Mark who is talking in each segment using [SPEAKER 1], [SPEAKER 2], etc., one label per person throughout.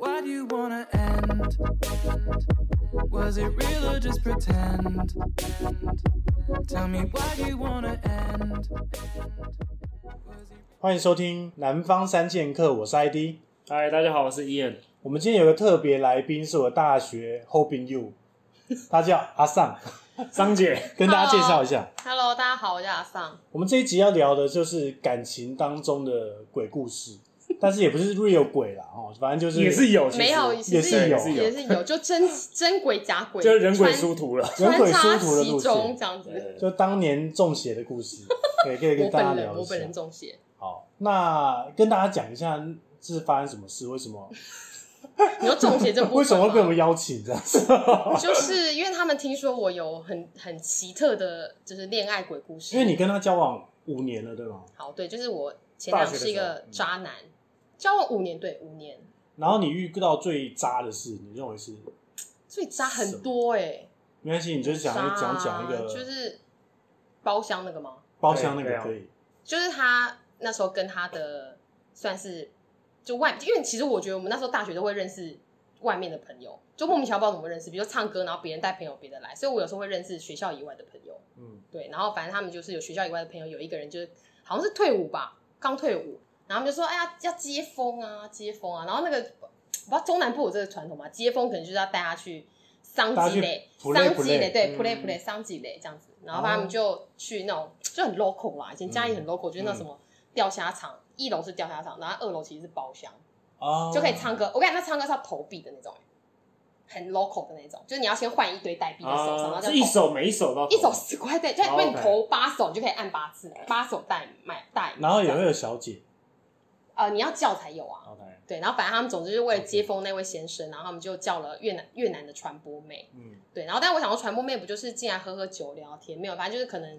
[SPEAKER 1] how'd you wanna end? Was it real or just pretend? Tell me why do you wanna end?
[SPEAKER 2] 欢迎收听《南方三剑客》，我是 ID。
[SPEAKER 3] 嗨，大家好，我是 Ian。
[SPEAKER 2] 我们今天有个特别来宾，是我大学后朋友，他叫阿尚，
[SPEAKER 3] 张姐，
[SPEAKER 2] 跟大家介绍一下。
[SPEAKER 4] Hello，大家好，我叫阿尚。
[SPEAKER 2] 我们这一集要聊的就是感情当中的鬼故事，但是也不是 real 鬼啦，哦，反正就是
[SPEAKER 3] 也是有，其实
[SPEAKER 4] 没有，
[SPEAKER 2] 也是
[SPEAKER 4] 其实
[SPEAKER 2] 有
[SPEAKER 4] 也 是有，就真真鬼假鬼，
[SPEAKER 3] 就是人鬼
[SPEAKER 4] 穿
[SPEAKER 3] 殊途了。
[SPEAKER 2] 人鬼殊
[SPEAKER 4] 穿插
[SPEAKER 2] 途的路
[SPEAKER 4] 其中
[SPEAKER 2] 线，
[SPEAKER 4] 这样子。
[SPEAKER 2] 就当年中邪的故事，可以可以跟
[SPEAKER 4] 我
[SPEAKER 2] 大家
[SPEAKER 4] 本
[SPEAKER 2] 聊
[SPEAKER 4] 人，
[SPEAKER 2] 一
[SPEAKER 4] 我
[SPEAKER 2] 下
[SPEAKER 4] 本。人中邪，
[SPEAKER 2] 好，那跟大家讲一下是发生什么事，为什么
[SPEAKER 4] 你说中邪这部
[SPEAKER 2] 为什
[SPEAKER 4] 分
[SPEAKER 2] 么会被我
[SPEAKER 4] 吗？
[SPEAKER 2] 们邀请这样 子？
[SPEAKER 4] 就是因为他们听说我有很很奇特的，就是恋爱鬼故事。
[SPEAKER 2] 因为你跟他交往五年了，对吗？
[SPEAKER 4] 好，对，就是我前男友是
[SPEAKER 3] 大
[SPEAKER 4] 一
[SPEAKER 3] 学的时
[SPEAKER 4] 个
[SPEAKER 3] 候嗯
[SPEAKER 4] 渣男，交往五年，对，五年，
[SPEAKER 2] 然后你遇到最渣的事，你认为是？
[SPEAKER 4] 所以渣很多哎。
[SPEAKER 2] 没关系，你就讲
[SPEAKER 4] 渣啊
[SPEAKER 2] 讲讲一个，
[SPEAKER 4] 就是包厢那个吗？
[SPEAKER 2] 包厢那
[SPEAKER 3] 对
[SPEAKER 2] 个
[SPEAKER 3] 啊
[SPEAKER 2] 可以。
[SPEAKER 4] 就是他那时候跟他的算是就外，因为其实我觉得我们那时候大学都会认识外面的朋友，就莫名其妙不知道怎么认识，比如说唱歌，然后别人带朋友别的来，所以我有时候会认识学校以外的朋友。
[SPEAKER 2] 嗯，
[SPEAKER 4] 对，然后反正他们就是有学校以外的朋友，有一个人就是好像是退伍吧，刚退伍，然后他们就说哎呀要接风啊，接风啊，然后那个我不知道中南部有这个传统嘛，接风可能就是要带他去桑
[SPEAKER 2] 大家
[SPEAKER 4] 吉
[SPEAKER 2] 去
[SPEAKER 4] 类、
[SPEAKER 2] play
[SPEAKER 4] 桑吉类
[SPEAKER 2] play
[SPEAKER 4] 对
[SPEAKER 3] 嗯
[SPEAKER 4] play play 桑吉类这样子，然后他们就去那种就很 local 啦，以前家里很 local，就是那什么钓虾场，一楼是钓虾场，然后二楼其实是包厢，
[SPEAKER 2] 啊
[SPEAKER 4] 就可以唱歌。我跟你讲，他唱歌是要投币的那种，欸很 local 的那种，就是你要先换一堆代币在手
[SPEAKER 2] 哦
[SPEAKER 4] 上，然后再
[SPEAKER 2] 啊
[SPEAKER 3] 是
[SPEAKER 4] 投
[SPEAKER 3] 一手每一手到
[SPEAKER 4] 一手十块对，就
[SPEAKER 3] 哦
[SPEAKER 4] 为你
[SPEAKER 3] OK
[SPEAKER 4] 投八手，你就可以按八次，八手代买代买。
[SPEAKER 2] 然后也
[SPEAKER 4] 这
[SPEAKER 2] 会
[SPEAKER 4] 样
[SPEAKER 2] 有小姐，
[SPEAKER 4] 呃，你要叫才有啊。
[SPEAKER 3] OK，
[SPEAKER 4] 对，然后反正他们总之就是为了接风那位先生，然后他们就叫了越南越南的传播妹。
[SPEAKER 2] 嗯，
[SPEAKER 4] 对，然后但我想说传播妹不就是进来喝喝酒聊天，没有，反正就是可能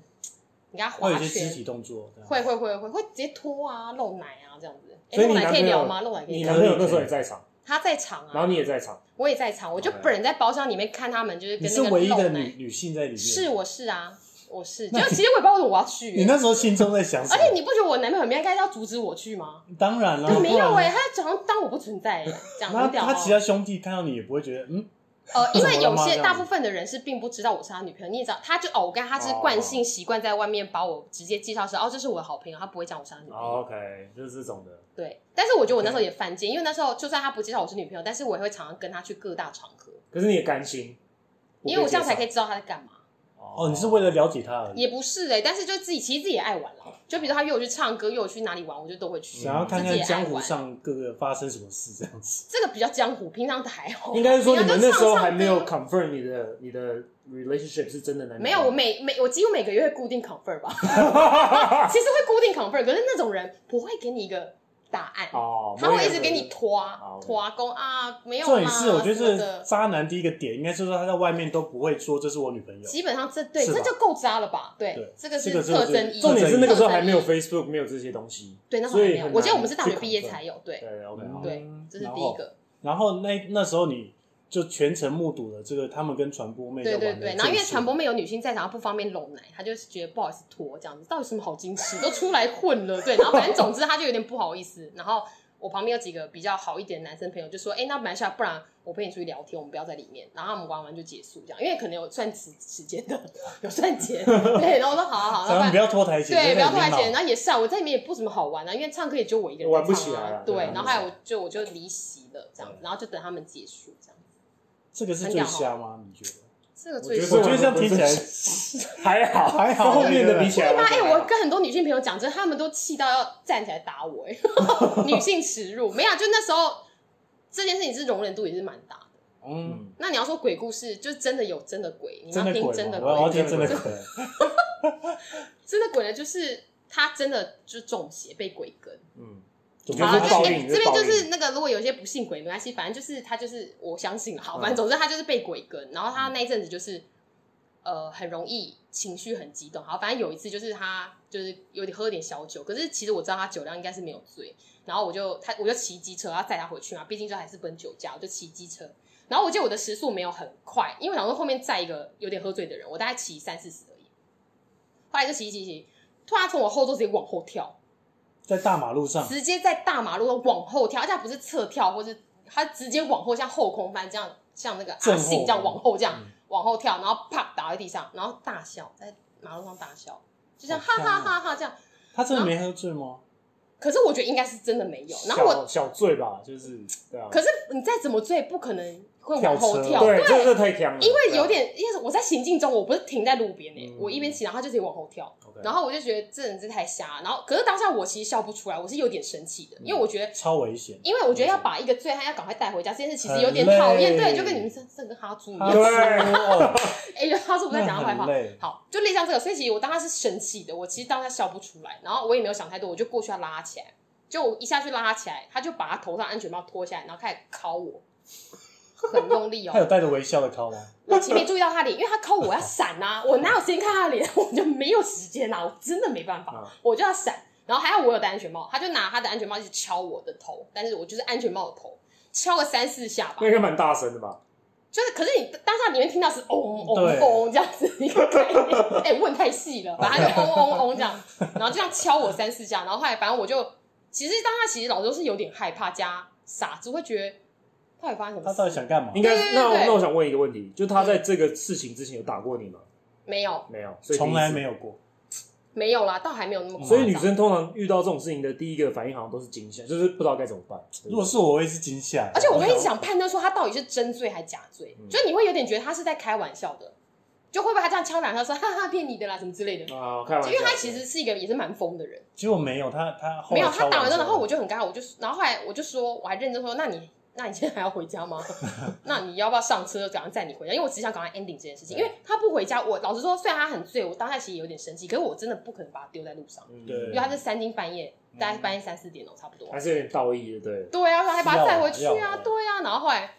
[SPEAKER 4] 你跟他
[SPEAKER 2] 会
[SPEAKER 4] 划
[SPEAKER 2] 有一些肢体
[SPEAKER 4] 拳，
[SPEAKER 2] 动作，这样
[SPEAKER 4] 会会会会会直接拖啊露奶啊这样子。哎，
[SPEAKER 3] 所以
[SPEAKER 4] 露
[SPEAKER 3] 你
[SPEAKER 4] 奶
[SPEAKER 3] 男
[SPEAKER 4] 可以
[SPEAKER 3] 朋友
[SPEAKER 4] 聊吗？露奶可以
[SPEAKER 3] 你嗯
[SPEAKER 4] 聊
[SPEAKER 3] 男
[SPEAKER 4] 吗。
[SPEAKER 3] 朋友那时候也在场，
[SPEAKER 4] 他在场啊，
[SPEAKER 3] 然后你也在场，
[SPEAKER 4] 我也在场，我就
[SPEAKER 3] OK
[SPEAKER 4] 本人在包厢里面看他们，就是
[SPEAKER 2] 你
[SPEAKER 4] 跟
[SPEAKER 2] 是
[SPEAKER 4] 那个
[SPEAKER 2] 唯一
[SPEAKER 4] 露
[SPEAKER 2] 的
[SPEAKER 4] 奶
[SPEAKER 2] 女。女性在里面。
[SPEAKER 4] 是，我是啊，我是。就其实我也不知道为什么我要去欸、
[SPEAKER 2] 你那时候心中在想什
[SPEAKER 4] 而且
[SPEAKER 2] 么？
[SPEAKER 4] 你不觉得我男朋友应该要阻止我去吗？
[SPEAKER 2] 当然了，
[SPEAKER 4] 就没有
[SPEAKER 2] 不然啊
[SPEAKER 4] 哎、他好像当我不存在哎、讲
[SPEAKER 2] 那
[SPEAKER 4] 很屌
[SPEAKER 2] 他
[SPEAKER 4] 哦、
[SPEAKER 2] 其他兄弟看到你也不会觉得，嗯，
[SPEAKER 4] 呃，因为有
[SPEAKER 2] 怎么了吗这
[SPEAKER 4] 些
[SPEAKER 2] 样
[SPEAKER 4] 大部分的人是并不知道我是他女朋友，你也知道，他就哦，我跟他是惯性习惯在外面把我直接介绍是哦，这是我的好朋友，他不会讲我是他女朋友。
[SPEAKER 3] 哦 OK，就是这种的。
[SPEAKER 4] 对，但是我觉得我那时候也犯贱，因为那时候就算他不介绍我是女朋友，但是我也会常常跟他去各大场合，
[SPEAKER 3] 可是你也甘心，
[SPEAKER 4] 因为我这样才可以
[SPEAKER 3] 以。
[SPEAKER 4] 知道他在干嘛。
[SPEAKER 2] 哦，你是为了了解他而已，
[SPEAKER 4] 也不是哎、但是就自己其实自己也爱玩啦，就比如说他约我去唱歌，约我去哪里玩，我就都会去。
[SPEAKER 2] 想要看
[SPEAKER 4] 自
[SPEAKER 2] 看
[SPEAKER 4] 己也爱
[SPEAKER 2] 江湖
[SPEAKER 4] 玩
[SPEAKER 2] 上各个发生什么事这样子。
[SPEAKER 4] 这个比较江湖，平常的还好。
[SPEAKER 3] 应该是说你们那时候还没有
[SPEAKER 4] 哦平常就唱唱歌
[SPEAKER 3] confirm 你的你的 relationship 是真的男女朋友。
[SPEAKER 4] 没有，我
[SPEAKER 2] 嗯
[SPEAKER 4] 每每我几乎每个月会固定 confirm 吧，其实会固定 confirm，可是那种人不会给你一个答案，
[SPEAKER 3] 哦，
[SPEAKER 4] 他会一直给你拖
[SPEAKER 3] 好
[SPEAKER 4] 啊拖啊公啊，没有
[SPEAKER 2] 重点
[SPEAKER 4] 啦
[SPEAKER 2] 是，我觉得
[SPEAKER 4] 什么
[SPEAKER 2] 这
[SPEAKER 4] 的
[SPEAKER 2] 渣男第一个点应该就是说他在外面都不会说这是我女朋友，
[SPEAKER 4] 基本上这对
[SPEAKER 2] 是吧
[SPEAKER 4] 这就够渣了吧？
[SPEAKER 2] 对
[SPEAKER 4] 对，这个
[SPEAKER 2] 这个
[SPEAKER 4] 是
[SPEAKER 2] 是我
[SPEAKER 4] 特
[SPEAKER 2] 觉得
[SPEAKER 4] 征一。
[SPEAKER 3] 重点是那个时候还没有
[SPEAKER 4] 特征一
[SPEAKER 3] Facebook，没有这些东西。
[SPEAKER 4] 对，那时候
[SPEAKER 3] 所
[SPEAKER 4] 还
[SPEAKER 3] 以
[SPEAKER 4] 没有
[SPEAKER 3] 很。难
[SPEAKER 4] 我记得我们是大学
[SPEAKER 3] 去
[SPEAKER 4] 毕业
[SPEAKER 3] confirm
[SPEAKER 4] 才有，对
[SPEAKER 3] 对，OK，好
[SPEAKER 4] 对
[SPEAKER 2] 嗯，
[SPEAKER 4] 这是
[SPEAKER 2] 然
[SPEAKER 4] 第一
[SPEAKER 2] 后
[SPEAKER 4] 个。
[SPEAKER 2] 然后那那时候你就全程目睹了这个他们跟传播妹在
[SPEAKER 4] 对
[SPEAKER 2] 玩的这
[SPEAKER 4] 对
[SPEAKER 2] 个
[SPEAKER 4] 对，然后因为
[SPEAKER 2] 事
[SPEAKER 4] 传播妹有女性在场，她不方便拢奶，她就是觉得不好意思拖这样子，到底有什么好矜持，都出来混了，对，然后反正总之她就有点不好意思。然后我旁边有几个比较好一点的男生朋友就说，哎、那买下，不然我陪你出去聊天，我们不要在里面，然后我们玩完就结束这样，因为可能有算时时间的，有算钱，对，然后我说好啊好啊，
[SPEAKER 2] 咱
[SPEAKER 4] 那
[SPEAKER 2] 们
[SPEAKER 4] 然
[SPEAKER 2] 不要拖台前，
[SPEAKER 4] 对，不要拖
[SPEAKER 2] 在
[SPEAKER 4] 台
[SPEAKER 2] 里面
[SPEAKER 4] 前，
[SPEAKER 2] 闹。
[SPEAKER 4] 然后也是啊，我在里面也不怎么好玩啊，因为唱歌也就我一个人在
[SPEAKER 3] 玩不
[SPEAKER 4] 唱
[SPEAKER 3] 起来啊
[SPEAKER 4] 啊，
[SPEAKER 3] 对
[SPEAKER 4] 对，
[SPEAKER 3] 玩不
[SPEAKER 4] 然后还有
[SPEAKER 3] 起
[SPEAKER 4] 我就我就离席了这样子，然后就等他们结束这样子，
[SPEAKER 2] 这个是最瞎吗？你觉得？
[SPEAKER 4] 这个
[SPEAKER 3] 我
[SPEAKER 4] 最
[SPEAKER 3] 觉
[SPEAKER 4] 爽
[SPEAKER 2] 我
[SPEAKER 3] 得
[SPEAKER 2] 觉得这样听起来
[SPEAKER 3] 还好
[SPEAKER 2] 还好
[SPEAKER 3] 跟后面的比起来，
[SPEAKER 4] 妈，
[SPEAKER 3] 觉
[SPEAKER 4] 哎、
[SPEAKER 3] 得还好
[SPEAKER 4] 我跟很多女性朋友讲，真的，她们都气到要站起来打我、 哎， 女性耻辱。没有啊，就那时候这件事情是容忍度也是蛮大的。
[SPEAKER 2] 嗯，
[SPEAKER 3] 嗯
[SPEAKER 4] 那你要说鬼故事，就真的有真的鬼，你
[SPEAKER 2] 真
[SPEAKER 4] 要
[SPEAKER 2] 的
[SPEAKER 4] 听
[SPEAKER 2] 鬼
[SPEAKER 4] 真的
[SPEAKER 2] 嗯吗我要
[SPEAKER 4] 鬼，
[SPEAKER 2] 听真的
[SPEAKER 3] 真
[SPEAKER 2] 鬼。
[SPEAKER 4] 真的鬼呢，就是他真的就中邪被鬼跟。
[SPEAKER 3] 嗯，
[SPEAKER 2] 怎
[SPEAKER 3] 好
[SPEAKER 4] 好
[SPEAKER 2] 么
[SPEAKER 4] 了，
[SPEAKER 3] 就
[SPEAKER 4] 就是是
[SPEAKER 3] 报
[SPEAKER 4] 哎
[SPEAKER 3] 应
[SPEAKER 4] 这边
[SPEAKER 3] 报
[SPEAKER 4] 就
[SPEAKER 3] 应
[SPEAKER 4] 是那个，如果有一些不信鬼没关系，反正就是他就是我相信
[SPEAKER 3] 嗯
[SPEAKER 4] 了，好，反正总之他就是被鬼跟，然后他那一阵子就是呃很容易情绪很激动，好，反正有一次就是他就是有点喝点小酒，可是其实我知道他酒量应该是没有醉，然后我就他我就骑机车啊要载他回去嘛，毕竟就还是奔酒驾，我就骑机车，然后我记得我的时速没有很快，因为我想说后面载一个有点喝醉的人，我大概骑三四十而已，后来就骑骑骑，突然从我后座直接往后跳。
[SPEAKER 2] 在大马路上，
[SPEAKER 4] 直接在大马路上往后跳，而且他不是侧跳或是他直接往后像后空翻这样，像那个阿
[SPEAKER 2] 正后
[SPEAKER 4] 信这样往后这样、
[SPEAKER 2] 嗯
[SPEAKER 4] 往后跳，然后啪倒在地上，然后大笑，在马路上大笑，就像
[SPEAKER 2] 好
[SPEAKER 4] 哈
[SPEAKER 2] 香
[SPEAKER 4] 哈
[SPEAKER 2] 啊
[SPEAKER 4] 哈哈这样。
[SPEAKER 2] 他真的没喝醉吗？
[SPEAKER 4] 可是我觉得应该是真的没有。然后我，
[SPEAKER 3] 小小醉吧，就是对啊，
[SPEAKER 4] 可是你再怎么醉，不可能会
[SPEAKER 3] 跳
[SPEAKER 4] 往后
[SPEAKER 3] 车，
[SPEAKER 4] 跳，
[SPEAKER 3] 对，这这太强了，
[SPEAKER 4] 因为
[SPEAKER 3] 对
[SPEAKER 4] 有
[SPEAKER 3] 啊
[SPEAKER 4] 点，因为我在行进中，我不是停在路边呢、欸
[SPEAKER 3] 嗯
[SPEAKER 4] 我一边骑，然后他就直接往后跳，
[SPEAKER 3] 啊 OK
[SPEAKER 4] 然后我就觉得这人真太瞎。然后，可是当下我其实笑不出来，我是有点生气的，
[SPEAKER 3] 嗯
[SPEAKER 4] 因为我觉得
[SPEAKER 2] 超危险，
[SPEAKER 4] 因为我觉得要把一个醉汉要赶快带回家这件事，其实
[SPEAKER 2] 很
[SPEAKER 4] 有点讨厌。
[SPEAKER 2] 累
[SPEAKER 4] 对，就跟你们这这跟哈猪一样。
[SPEAKER 2] 他哦
[SPEAKER 4] 哎、哈猪不在讲他坏
[SPEAKER 2] 那
[SPEAKER 4] 话
[SPEAKER 2] 很累。
[SPEAKER 4] 好，就类似像这个，所以其实我当时是生气的，我其实当时笑不出来，然后我也没有想太多，我就过去要拉他起来，就我一下去拉他起来，他就把他头上安全帽脱下来，然后开始敲我，很用 力
[SPEAKER 2] 他有
[SPEAKER 4] 哦。
[SPEAKER 2] 带着微笑的靠吗？
[SPEAKER 4] 我其实没注意到他脸，因为他敲我我要 闪啊，我哪有时间看他的脸？我就没有时间啊，我真的没办法。
[SPEAKER 2] 嗯
[SPEAKER 3] 啊
[SPEAKER 4] 我就要闪，然后还好我有戴安全帽，他就拿他的安全帽一直敲我的头，但是我就是安全帽的头敲个三四下吧
[SPEAKER 2] 嗯
[SPEAKER 3] 那，应该蛮大声的吧？
[SPEAKER 4] 就是可是你当下里面听到是嗡嗡
[SPEAKER 2] 对
[SPEAKER 4] 嗡这样子一个概念，哎、问太细 了，反正他就嗡嗡嗡这样，然后就这样敲我三四下，然后后来反正我就其实当下其实老实说是有点害怕加傻子，会觉得到底发生什么
[SPEAKER 2] 他
[SPEAKER 4] 事？啊
[SPEAKER 2] 到底想干嘛
[SPEAKER 3] 应？该
[SPEAKER 4] 对对
[SPEAKER 3] 那我
[SPEAKER 4] 对嗯
[SPEAKER 3] 那我想问一个问题，就他在这个事情之前有打过你吗？
[SPEAKER 4] 没有
[SPEAKER 3] 没有，所以
[SPEAKER 2] 从来没
[SPEAKER 3] 有。
[SPEAKER 2] 有过，
[SPEAKER 4] 没有啦，倒还没有那么夸张。
[SPEAKER 3] 所以女生通常遇到这种事情的第一个反应好像都是惊吓，就是不知道该怎么办。对不对
[SPEAKER 2] 如果是我，我也是惊吓。
[SPEAKER 4] 而且我跟你讲，判断说他到底是真醉还假醉，
[SPEAKER 3] 嗯
[SPEAKER 4] 就是你会有点觉得他是在开玩笑的，就会不会他这样敲两下说哈哈骗你的啦什么之类的，
[SPEAKER 3] 啊，开玩笑，
[SPEAKER 4] 因为他其实是一个也是蛮疯的人，
[SPEAKER 2] 结果没有他，他后
[SPEAKER 4] 没
[SPEAKER 2] 来
[SPEAKER 4] 有
[SPEAKER 2] 敲
[SPEAKER 4] 他打完
[SPEAKER 2] 完
[SPEAKER 4] 之后，然后我
[SPEAKER 2] 就
[SPEAKER 4] 就很尴尬，我就然后后来我就说我还认真说，那你那你现在还要回家吗？那你要不要上车赶快载你回家？因为我只想赶快 ending 这件事情，因为他不回家，我老实说，虽然他很醉，我当下其实有点生气，可是我真的不可能把他丢在路上，
[SPEAKER 3] 嗯
[SPEAKER 2] 对
[SPEAKER 4] 因为他是三更半夜，大概半夜三四点哦，差不多。
[SPEAKER 3] 还是有点道义的，对。
[SPEAKER 4] 对啊，他还把他载回去
[SPEAKER 2] 要
[SPEAKER 4] 啊
[SPEAKER 2] 啊，
[SPEAKER 4] 对啊，然后后来，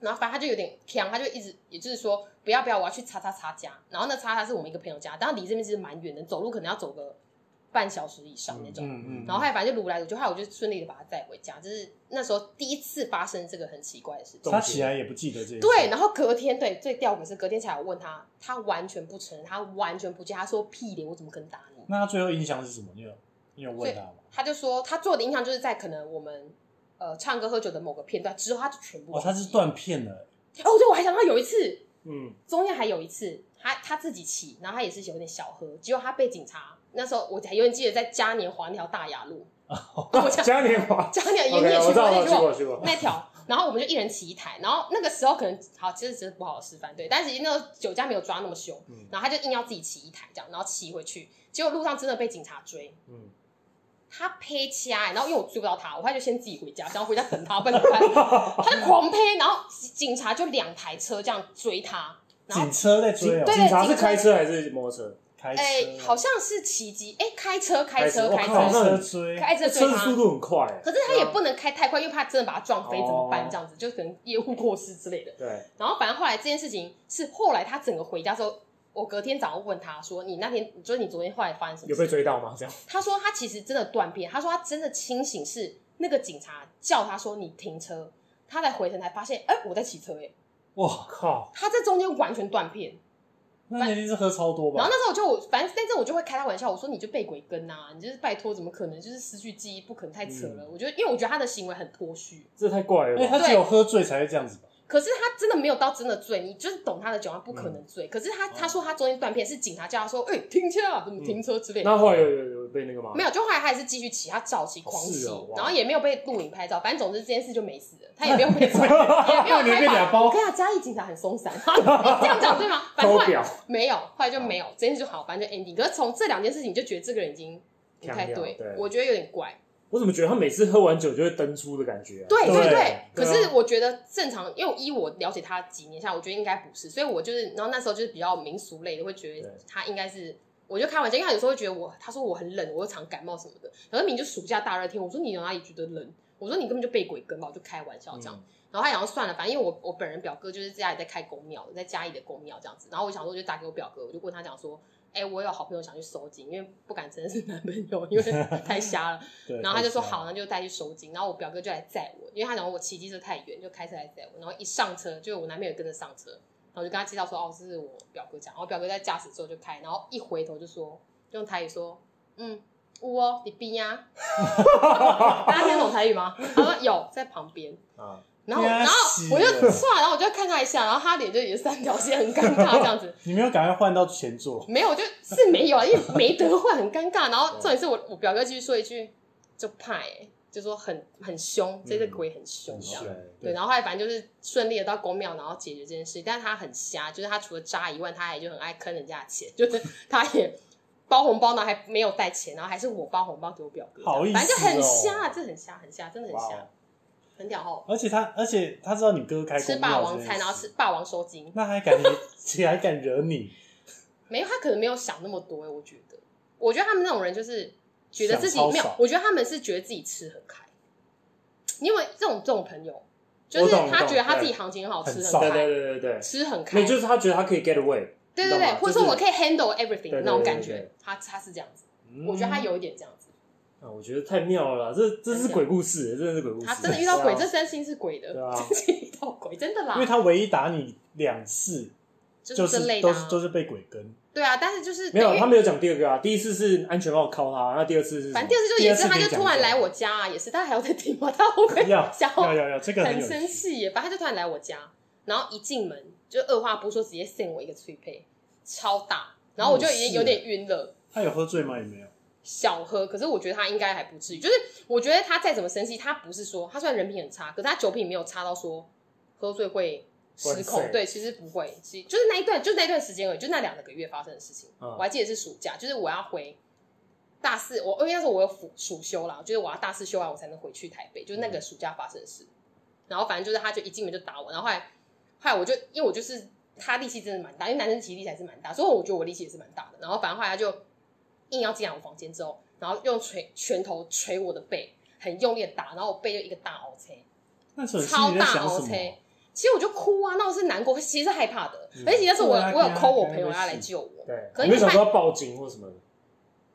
[SPEAKER 4] 然后反正他就有点强，他就一直，也就是说，不要不要，我要去叉叉叉家，然后那叉叉是我们一个朋友家，但离这边其实蛮远的，走路可能要走个半小时以上那种。
[SPEAKER 2] 嗯嗯，
[SPEAKER 4] 然后后来反正就撸来撸去，后来我就顺利的把他载回家，这是那时候第一次发生这个很奇怪的事情。
[SPEAKER 2] 他起来也不记得这一切
[SPEAKER 4] 对，，然后隔天，对，最吊诡是隔天起来我问他，他完全不承认，他完全不接，他说屁咧，我怎么可能打你？
[SPEAKER 2] 那他最后印象是什么？你有你有问他吗？
[SPEAKER 4] 他就说他做的印象就是在可能我们呃唱歌喝酒的某个片段之后，他就全部
[SPEAKER 2] 哦，他
[SPEAKER 4] 忘记
[SPEAKER 2] 是断片了，
[SPEAKER 4] 哦，对，我还想到有一次，
[SPEAKER 3] 嗯，
[SPEAKER 4] 中间还有一次，他他自己骑，然后他也是有点小喝，结果他被警察那时候我还有点记得在嘉年华那条大雅路， 我讲
[SPEAKER 3] 嘉年华
[SPEAKER 4] 嘉年华你也
[SPEAKER 3] 哦，OK，我
[SPEAKER 4] 去
[SPEAKER 3] 知道，
[SPEAKER 4] 过，
[SPEAKER 3] 我
[SPEAKER 4] 你
[SPEAKER 3] 去过，
[SPEAKER 4] 过
[SPEAKER 3] 我去过。
[SPEAKER 4] 那条，然后我们就一人骑一台，然后那个时候可能好，其实只是不好示范，对，但是那时候酒驾没有抓那么凶，
[SPEAKER 3] 嗯
[SPEAKER 4] 然后他就硬要自己骑一台这样，然后骑回去，结果路上真的被警察追，
[SPEAKER 3] 嗯，
[SPEAKER 4] 他呸掐、欸，然后因为我追不到他，我后来就先自己回家，然后回家等他，不然怎么办？他就狂呸，然后警察就两台车这样追他，然后
[SPEAKER 2] 警车在追
[SPEAKER 3] 警
[SPEAKER 2] 哦，
[SPEAKER 4] 对
[SPEAKER 3] 警察
[SPEAKER 4] 警
[SPEAKER 3] 是
[SPEAKER 4] 察
[SPEAKER 3] 开车还是摩托车？
[SPEAKER 2] 开车
[SPEAKER 4] 哎、好像是骑机，哎、开车开车
[SPEAKER 3] 开
[SPEAKER 4] 开
[SPEAKER 2] 开
[SPEAKER 3] 车我靠
[SPEAKER 4] 车，
[SPEAKER 2] 车追，
[SPEAKER 4] 开车追
[SPEAKER 3] 车子速
[SPEAKER 4] 他。
[SPEAKER 3] 度很快，欸
[SPEAKER 4] 可是他也不能开太快，因为怕真的把他撞飞怎么办？
[SPEAKER 3] 哦
[SPEAKER 4] 这样子就可能业务过失之类的。
[SPEAKER 3] 对，
[SPEAKER 4] 然后反正后来这件事情是后来他整个回家之后，我隔天早上问他说：“你那天就是你昨天后来发生什么
[SPEAKER 3] 有被
[SPEAKER 4] 事
[SPEAKER 3] 追到吗？这样？”
[SPEAKER 4] 他说他其实真的断片，他说他真的清醒是那个警察叫他说你停车，他才回神才发现，哎、我在骑车哎、
[SPEAKER 2] 哇，
[SPEAKER 3] 靠，
[SPEAKER 4] 他这中间完全断片。
[SPEAKER 2] 那一定是喝超多
[SPEAKER 4] 然
[SPEAKER 2] 吧
[SPEAKER 4] 后？那时候我就反正但是我就会开他玩笑，我说你就被鬼跟呐、你就是拜托，怎么可能就是失去记忆，不可能太扯了。我觉得，因为我觉得他的行为很脱序，
[SPEAKER 3] 这太怪了
[SPEAKER 2] 哎，
[SPEAKER 3] 吧。
[SPEAKER 2] 他只有喝醉才会这样子吧？
[SPEAKER 4] 可是他真的没有到真的醉，你就是懂他的酒，他不可能醉。可是他他说他中间断片是警察叫他说，哎、停车啊，怎么停车之类的。
[SPEAKER 3] 那后来有有有被那个吗？
[SPEAKER 4] 没有，就后来他还是继续骑，他照骑狂骑，
[SPEAKER 3] 是哦哇
[SPEAKER 4] 然后也没有被录影拍照，反正总之这件事就没事了，他也没有 被抓，也没有
[SPEAKER 2] 你
[SPEAKER 4] 开
[SPEAKER 2] 被
[SPEAKER 4] 罚
[SPEAKER 2] 俩包
[SPEAKER 4] 我跟你讲，嘉义警察很松散， 这样讲对吗？反正后
[SPEAKER 3] 偷
[SPEAKER 4] 来
[SPEAKER 3] 表，
[SPEAKER 4] 没有，后来就没有，这件事就好，反正就 ending。可是从这两件事情，你就觉得这个人已经不
[SPEAKER 3] 强
[SPEAKER 4] 太对，
[SPEAKER 3] 调对
[SPEAKER 4] 我觉得有点怪。
[SPEAKER 3] 我怎么觉得他每次喝完酒就会登出的感觉啊？
[SPEAKER 4] 对
[SPEAKER 2] 对
[SPEAKER 4] 对
[SPEAKER 2] 对
[SPEAKER 4] 可是我觉得正常，因为依我了解他几年下来，我觉得应该不是，所以我就是，然后那时候就是比较民俗类的，会觉得
[SPEAKER 3] 对
[SPEAKER 4] 他应该是。我就开玩笑，因为他有时候会觉得我，他说我很冷，我又常感冒什么的。然后明明就暑假大热天，我说你哪里觉得冷？我说你根本就被鬼跟吧，我就开玩笑这样。
[SPEAKER 3] 嗯
[SPEAKER 4] 然后他想说算了，反正因为我我本人表哥就是家里在开公庙，在嘉义的公庙这样子。然后我想说就打给我表哥，我就问他讲说，哎、我有好朋友想去收金，因为不敢承认是男朋友，因为太瞎了。
[SPEAKER 2] 对，
[SPEAKER 4] 然后他就说
[SPEAKER 2] 太
[SPEAKER 4] 好，那就带去收金。然后我表哥就来载我，因为他讲我骑机车太远，就开车来载我。然后一上车，就我男朋友也跟着上车，然后我就跟他介绍说，哦，这是我表哥讲。然后表哥在驾驶座就开，然后一回头就说，就用台语说，嗯，有 哦，你边呀、啊，大家听得懂台语吗？他说有，在旁边。
[SPEAKER 3] 啊，
[SPEAKER 4] 然后
[SPEAKER 2] 被他
[SPEAKER 4] 然后
[SPEAKER 2] 洗
[SPEAKER 4] 我就
[SPEAKER 2] 了
[SPEAKER 4] 算了，然后我就看他一下，然后他脸就也是三条线，很尴尬这样子。
[SPEAKER 2] 你没有赶快换到前座，
[SPEAKER 4] 没有，就是没有啊，因为没得换，很尴尬。然后重点是我我表哥继续说一句，就派、欸，就说很很凶，这个鬼很凶这样。
[SPEAKER 2] 嗯很
[SPEAKER 4] 对，然后后来反正就是顺利的到公庙，然后解决这件事。但是他很瞎，就是他除了渣以外，他也就很爱坑人家的钱，就是他也包红包呢，还没有带钱，然后还是我包红包给我表哥，
[SPEAKER 2] 好意思哦
[SPEAKER 4] 反正就很瞎，这很瞎，很瞎，真的很
[SPEAKER 2] 哇
[SPEAKER 4] 瞎
[SPEAKER 2] 哦，
[SPEAKER 4] 很屌哦。
[SPEAKER 2] 而且他而且他知道你哥开公
[SPEAKER 4] 吃
[SPEAKER 2] 庙
[SPEAKER 4] 霸王
[SPEAKER 2] 这件
[SPEAKER 4] 餐，
[SPEAKER 2] 事
[SPEAKER 4] 然后吃，霸王收金，
[SPEAKER 2] 那还敢你， 谁还敢惹你？
[SPEAKER 4] 没有，他可能没有想那么多、欸，我觉得，我觉得他们那种人就是觉得自己
[SPEAKER 2] 想超
[SPEAKER 4] 没有
[SPEAKER 2] 少，
[SPEAKER 4] 我觉得他们是觉得自己吃很开，你有没有这种这种朋友，就
[SPEAKER 3] 我
[SPEAKER 4] 是
[SPEAKER 3] 懂
[SPEAKER 4] 他
[SPEAKER 3] 懂
[SPEAKER 4] 觉得他
[SPEAKER 3] 对
[SPEAKER 4] 自己行情很好，
[SPEAKER 2] 很
[SPEAKER 4] 哦吃
[SPEAKER 2] 少
[SPEAKER 4] 很
[SPEAKER 3] 对对
[SPEAKER 4] 开，
[SPEAKER 3] 对对对，
[SPEAKER 4] 吃很开，
[SPEAKER 3] 那就是他觉得他可以 get away，
[SPEAKER 4] 对
[SPEAKER 3] 你
[SPEAKER 4] 对
[SPEAKER 3] 懂
[SPEAKER 4] 对，
[SPEAKER 3] 吗
[SPEAKER 4] 或者
[SPEAKER 3] 就
[SPEAKER 4] 说
[SPEAKER 3] 是
[SPEAKER 4] 我可以 handle everything
[SPEAKER 3] 对对
[SPEAKER 4] 那种
[SPEAKER 3] 对
[SPEAKER 4] 感
[SPEAKER 3] 对
[SPEAKER 4] 觉
[SPEAKER 3] 对，
[SPEAKER 4] 他他是这样子，
[SPEAKER 2] 嗯
[SPEAKER 4] 我觉得他有一点这样子，
[SPEAKER 3] 啊，我觉得太妙了啦，这这是鬼故
[SPEAKER 2] 欸
[SPEAKER 3] 事，真的是鬼故事。
[SPEAKER 4] 他真的遇到鬼，
[SPEAKER 2] 是啊
[SPEAKER 4] 这身心是鬼的
[SPEAKER 2] 对，啊
[SPEAKER 4] 真心遇到鬼，真的啦
[SPEAKER 2] 因为，他唯一打你两次，
[SPEAKER 4] 就是这类的
[SPEAKER 2] 都是都
[SPEAKER 4] 啊，
[SPEAKER 2] 是被鬼跟，
[SPEAKER 4] 对啊，但是就是
[SPEAKER 3] 没有，
[SPEAKER 4] 对
[SPEAKER 3] 他没有讲第二个啊。第一次是安全帽铐他，那第二次是什么
[SPEAKER 4] 反正第二次就也
[SPEAKER 2] 第二
[SPEAKER 4] 是，
[SPEAKER 2] 次
[SPEAKER 4] 他
[SPEAKER 2] 可以
[SPEAKER 4] 就
[SPEAKER 2] 讲
[SPEAKER 4] 突然
[SPEAKER 2] 一下
[SPEAKER 4] 来我家啊，也是，他还要再听吗？他会不会
[SPEAKER 2] 要
[SPEAKER 4] 想
[SPEAKER 2] 要要要，这个
[SPEAKER 4] 很
[SPEAKER 2] 有
[SPEAKER 4] 生
[SPEAKER 2] 趣，
[SPEAKER 4] 气耶，反正他就突然来我家，然后一进门就二话不说直接扇我一个脆胚，超大，然后我就已经有点晕了。
[SPEAKER 2] 他有喝醉吗？也没有，
[SPEAKER 4] 小喝，可是我觉得他应该还不至于。就是我觉得他再怎么生气，他不是说他虽然人品很差，可是他酒品没有差到说喝醉会失
[SPEAKER 3] 会
[SPEAKER 4] 控。
[SPEAKER 3] 醉
[SPEAKER 4] 对，其实不会，其就是那一段，就那一段时间而已，就那两个月发生的事情。
[SPEAKER 3] 嗯
[SPEAKER 4] 我还记得是暑假，就是我要回大四，我因为那时候我有暑暑休啦，就是我要大四休完我才能回去台北，就是那个暑假发生的事。然后反正就是他就一进门就打我，然后后来后来我就因为我就是他力气真的蛮大，因为男生其实力气还是蛮大，所以我觉得我力气也是蛮大的。然后反正后来他就硬要进来我房间之后，然后用锤拳头捶我的背，很用力的打，然后我背就一个大凹车。
[SPEAKER 2] 那时候你心
[SPEAKER 4] 超
[SPEAKER 2] 里在
[SPEAKER 4] 大哦
[SPEAKER 2] 想什
[SPEAKER 4] OK
[SPEAKER 2] 么？。
[SPEAKER 4] 其实我就哭啊，那我是难过，其实是害怕的
[SPEAKER 2] 嗯。
[SPEAKER 4] 而且其实是我
[SPEAKER 2] 对啊
[SPEAKER 4] 我有
[SPEAKER 2] 对啊
[SPEAKER 4] call 我
[SPEAKER 2] 对啊
[SPEAKER 4] 朋友
[SPEAKER 2] 没事
[SPEAKER 4] 要来救我，
[SPEAKER 3] 对，
[SPEAKER 4] 可是
[SPEAKER 3] 你没
[SPEAKER 4] 你
[SPEAKER 3] 想
[SPEAKER 4] 看
[SPEAKER 3] 说要报警或什么的？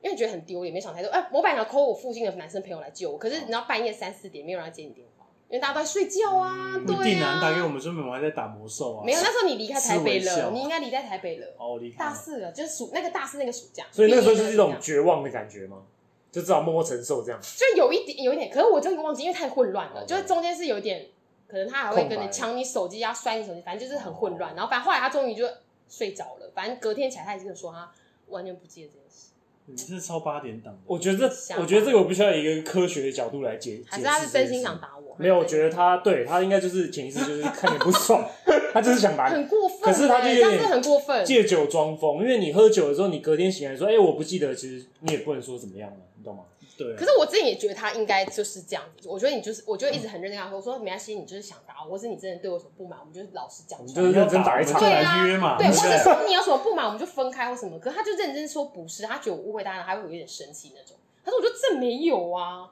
[SPEAKER 4] 因为觉得很丢脸，没想太多。哎，我本来想 call 我附近的男生朋友来救我，可是你知道半夜三四点没有人来接你电话，因为大家都在睡觉啊，
[SPEAKER 3] 嗯
[SPEAKER 2] 一
[SPEAKER 4] 对
[SPEAKER 2] 定
[SPEAKER 4] 啊。
[SPEAKER 2] 男打给我们说，我们还在打魔兽啊，
[SPEAKER 4] 没有，那时候你离开台北
[SPEAKER 2] 思维
[SPEAKER 4] 了，
[SPEAKER 2] 笑
[SPEAKER 4] 你应该离开台北了，
[SPEAKER 2] 哦，我离开
[SPEAKER 4] 大
[SPEAKER 2] 了，
[SPEAKER 4] 四了，就是暑那个大四那个暑假，
[SPEAKER 3] 所以那个时候就
[SPEAKER 4] 毕
[SPEAKER 3] 是一
[SPEAKER 4] 业那个
[SPEAKER 3] 种
[SPEAKER 4] 暑假
[SPEAKER 3] 绝望的感觉吗？就只好默默承受这样。
[SPEAKER 4] 就有一点有一点，可是我真的忘记，因为太混乱了，
[SPEAKER 3] 哦
[SPEAKER 4] 就是中间是有点，可能他还会
[SPEAKER 3] 空
[SPEAKER 4] 跟你
[SPEAKER 3] 白哦
[SPEAKER 4] 抢你手机啊，摔你手机，反正就是很混乱。然后反正后来他终于就睡着了，反正隔天起来他已经说他完全不记得这件事，
[SPEAKER 2] 你是超八点档的，
[SPEAKER 3] 我觉得
[SPEAKER 4] 想
[SPEAKER 3] 这，
[SPEAKER 4] 法
[SPEAKER 3] 我觉得这个我必须要以一个科学的角度来解解释。
[SPEAKER 4] 还是他是真心想？打我？
[SPEAKER 3] 没有，我
[SPEAKER 4] 得
[SPEAKER 3] 觉得他对他应该就是潜意识就是看你不爽， 他就是想把你
[SPEAKER 4] 很过分欸、
[SPEAKER 3] 可是他就有
[SPEAKER 4] 这
[SPEAKER 3] 点
[SPEAKER 4] 样子很过分。
[SPEAKER 3] 借酒装疯，因为你喝酒的时候，你隔天醒来说：“哎、我不记得。”其实你也不能说怎么样了，你懂吗？
[SPEAKER 2] 对啊，
[SPEAKER 4] 可是我自己也觉得他应该就是这样子，我觉得你就是，我就一直很认真跟他说，我说没关系，你就是想打我，或是你真的对我有什么不满，我们就老实讲
[SPEAKER 3] 我们
[SPEAKER 4] 出来。
[SPEAKER 3] 就是认真打一场
[SPEAKER 2] 我。们
[SPEAKER 4] 对
[SPEAKER 2] 就
[SPEAKER 4] 啊
[SPEAKER 2] 来约嘛，
[SPEAKER 4] 对，
[SPEAKER 2] 不
[SPEAKER 4] 或者说你有什么不满，我们就分开或什么。可是他就认真说不是，他觉得我误会他了，他会有点生气那种。他说我就这没有啊，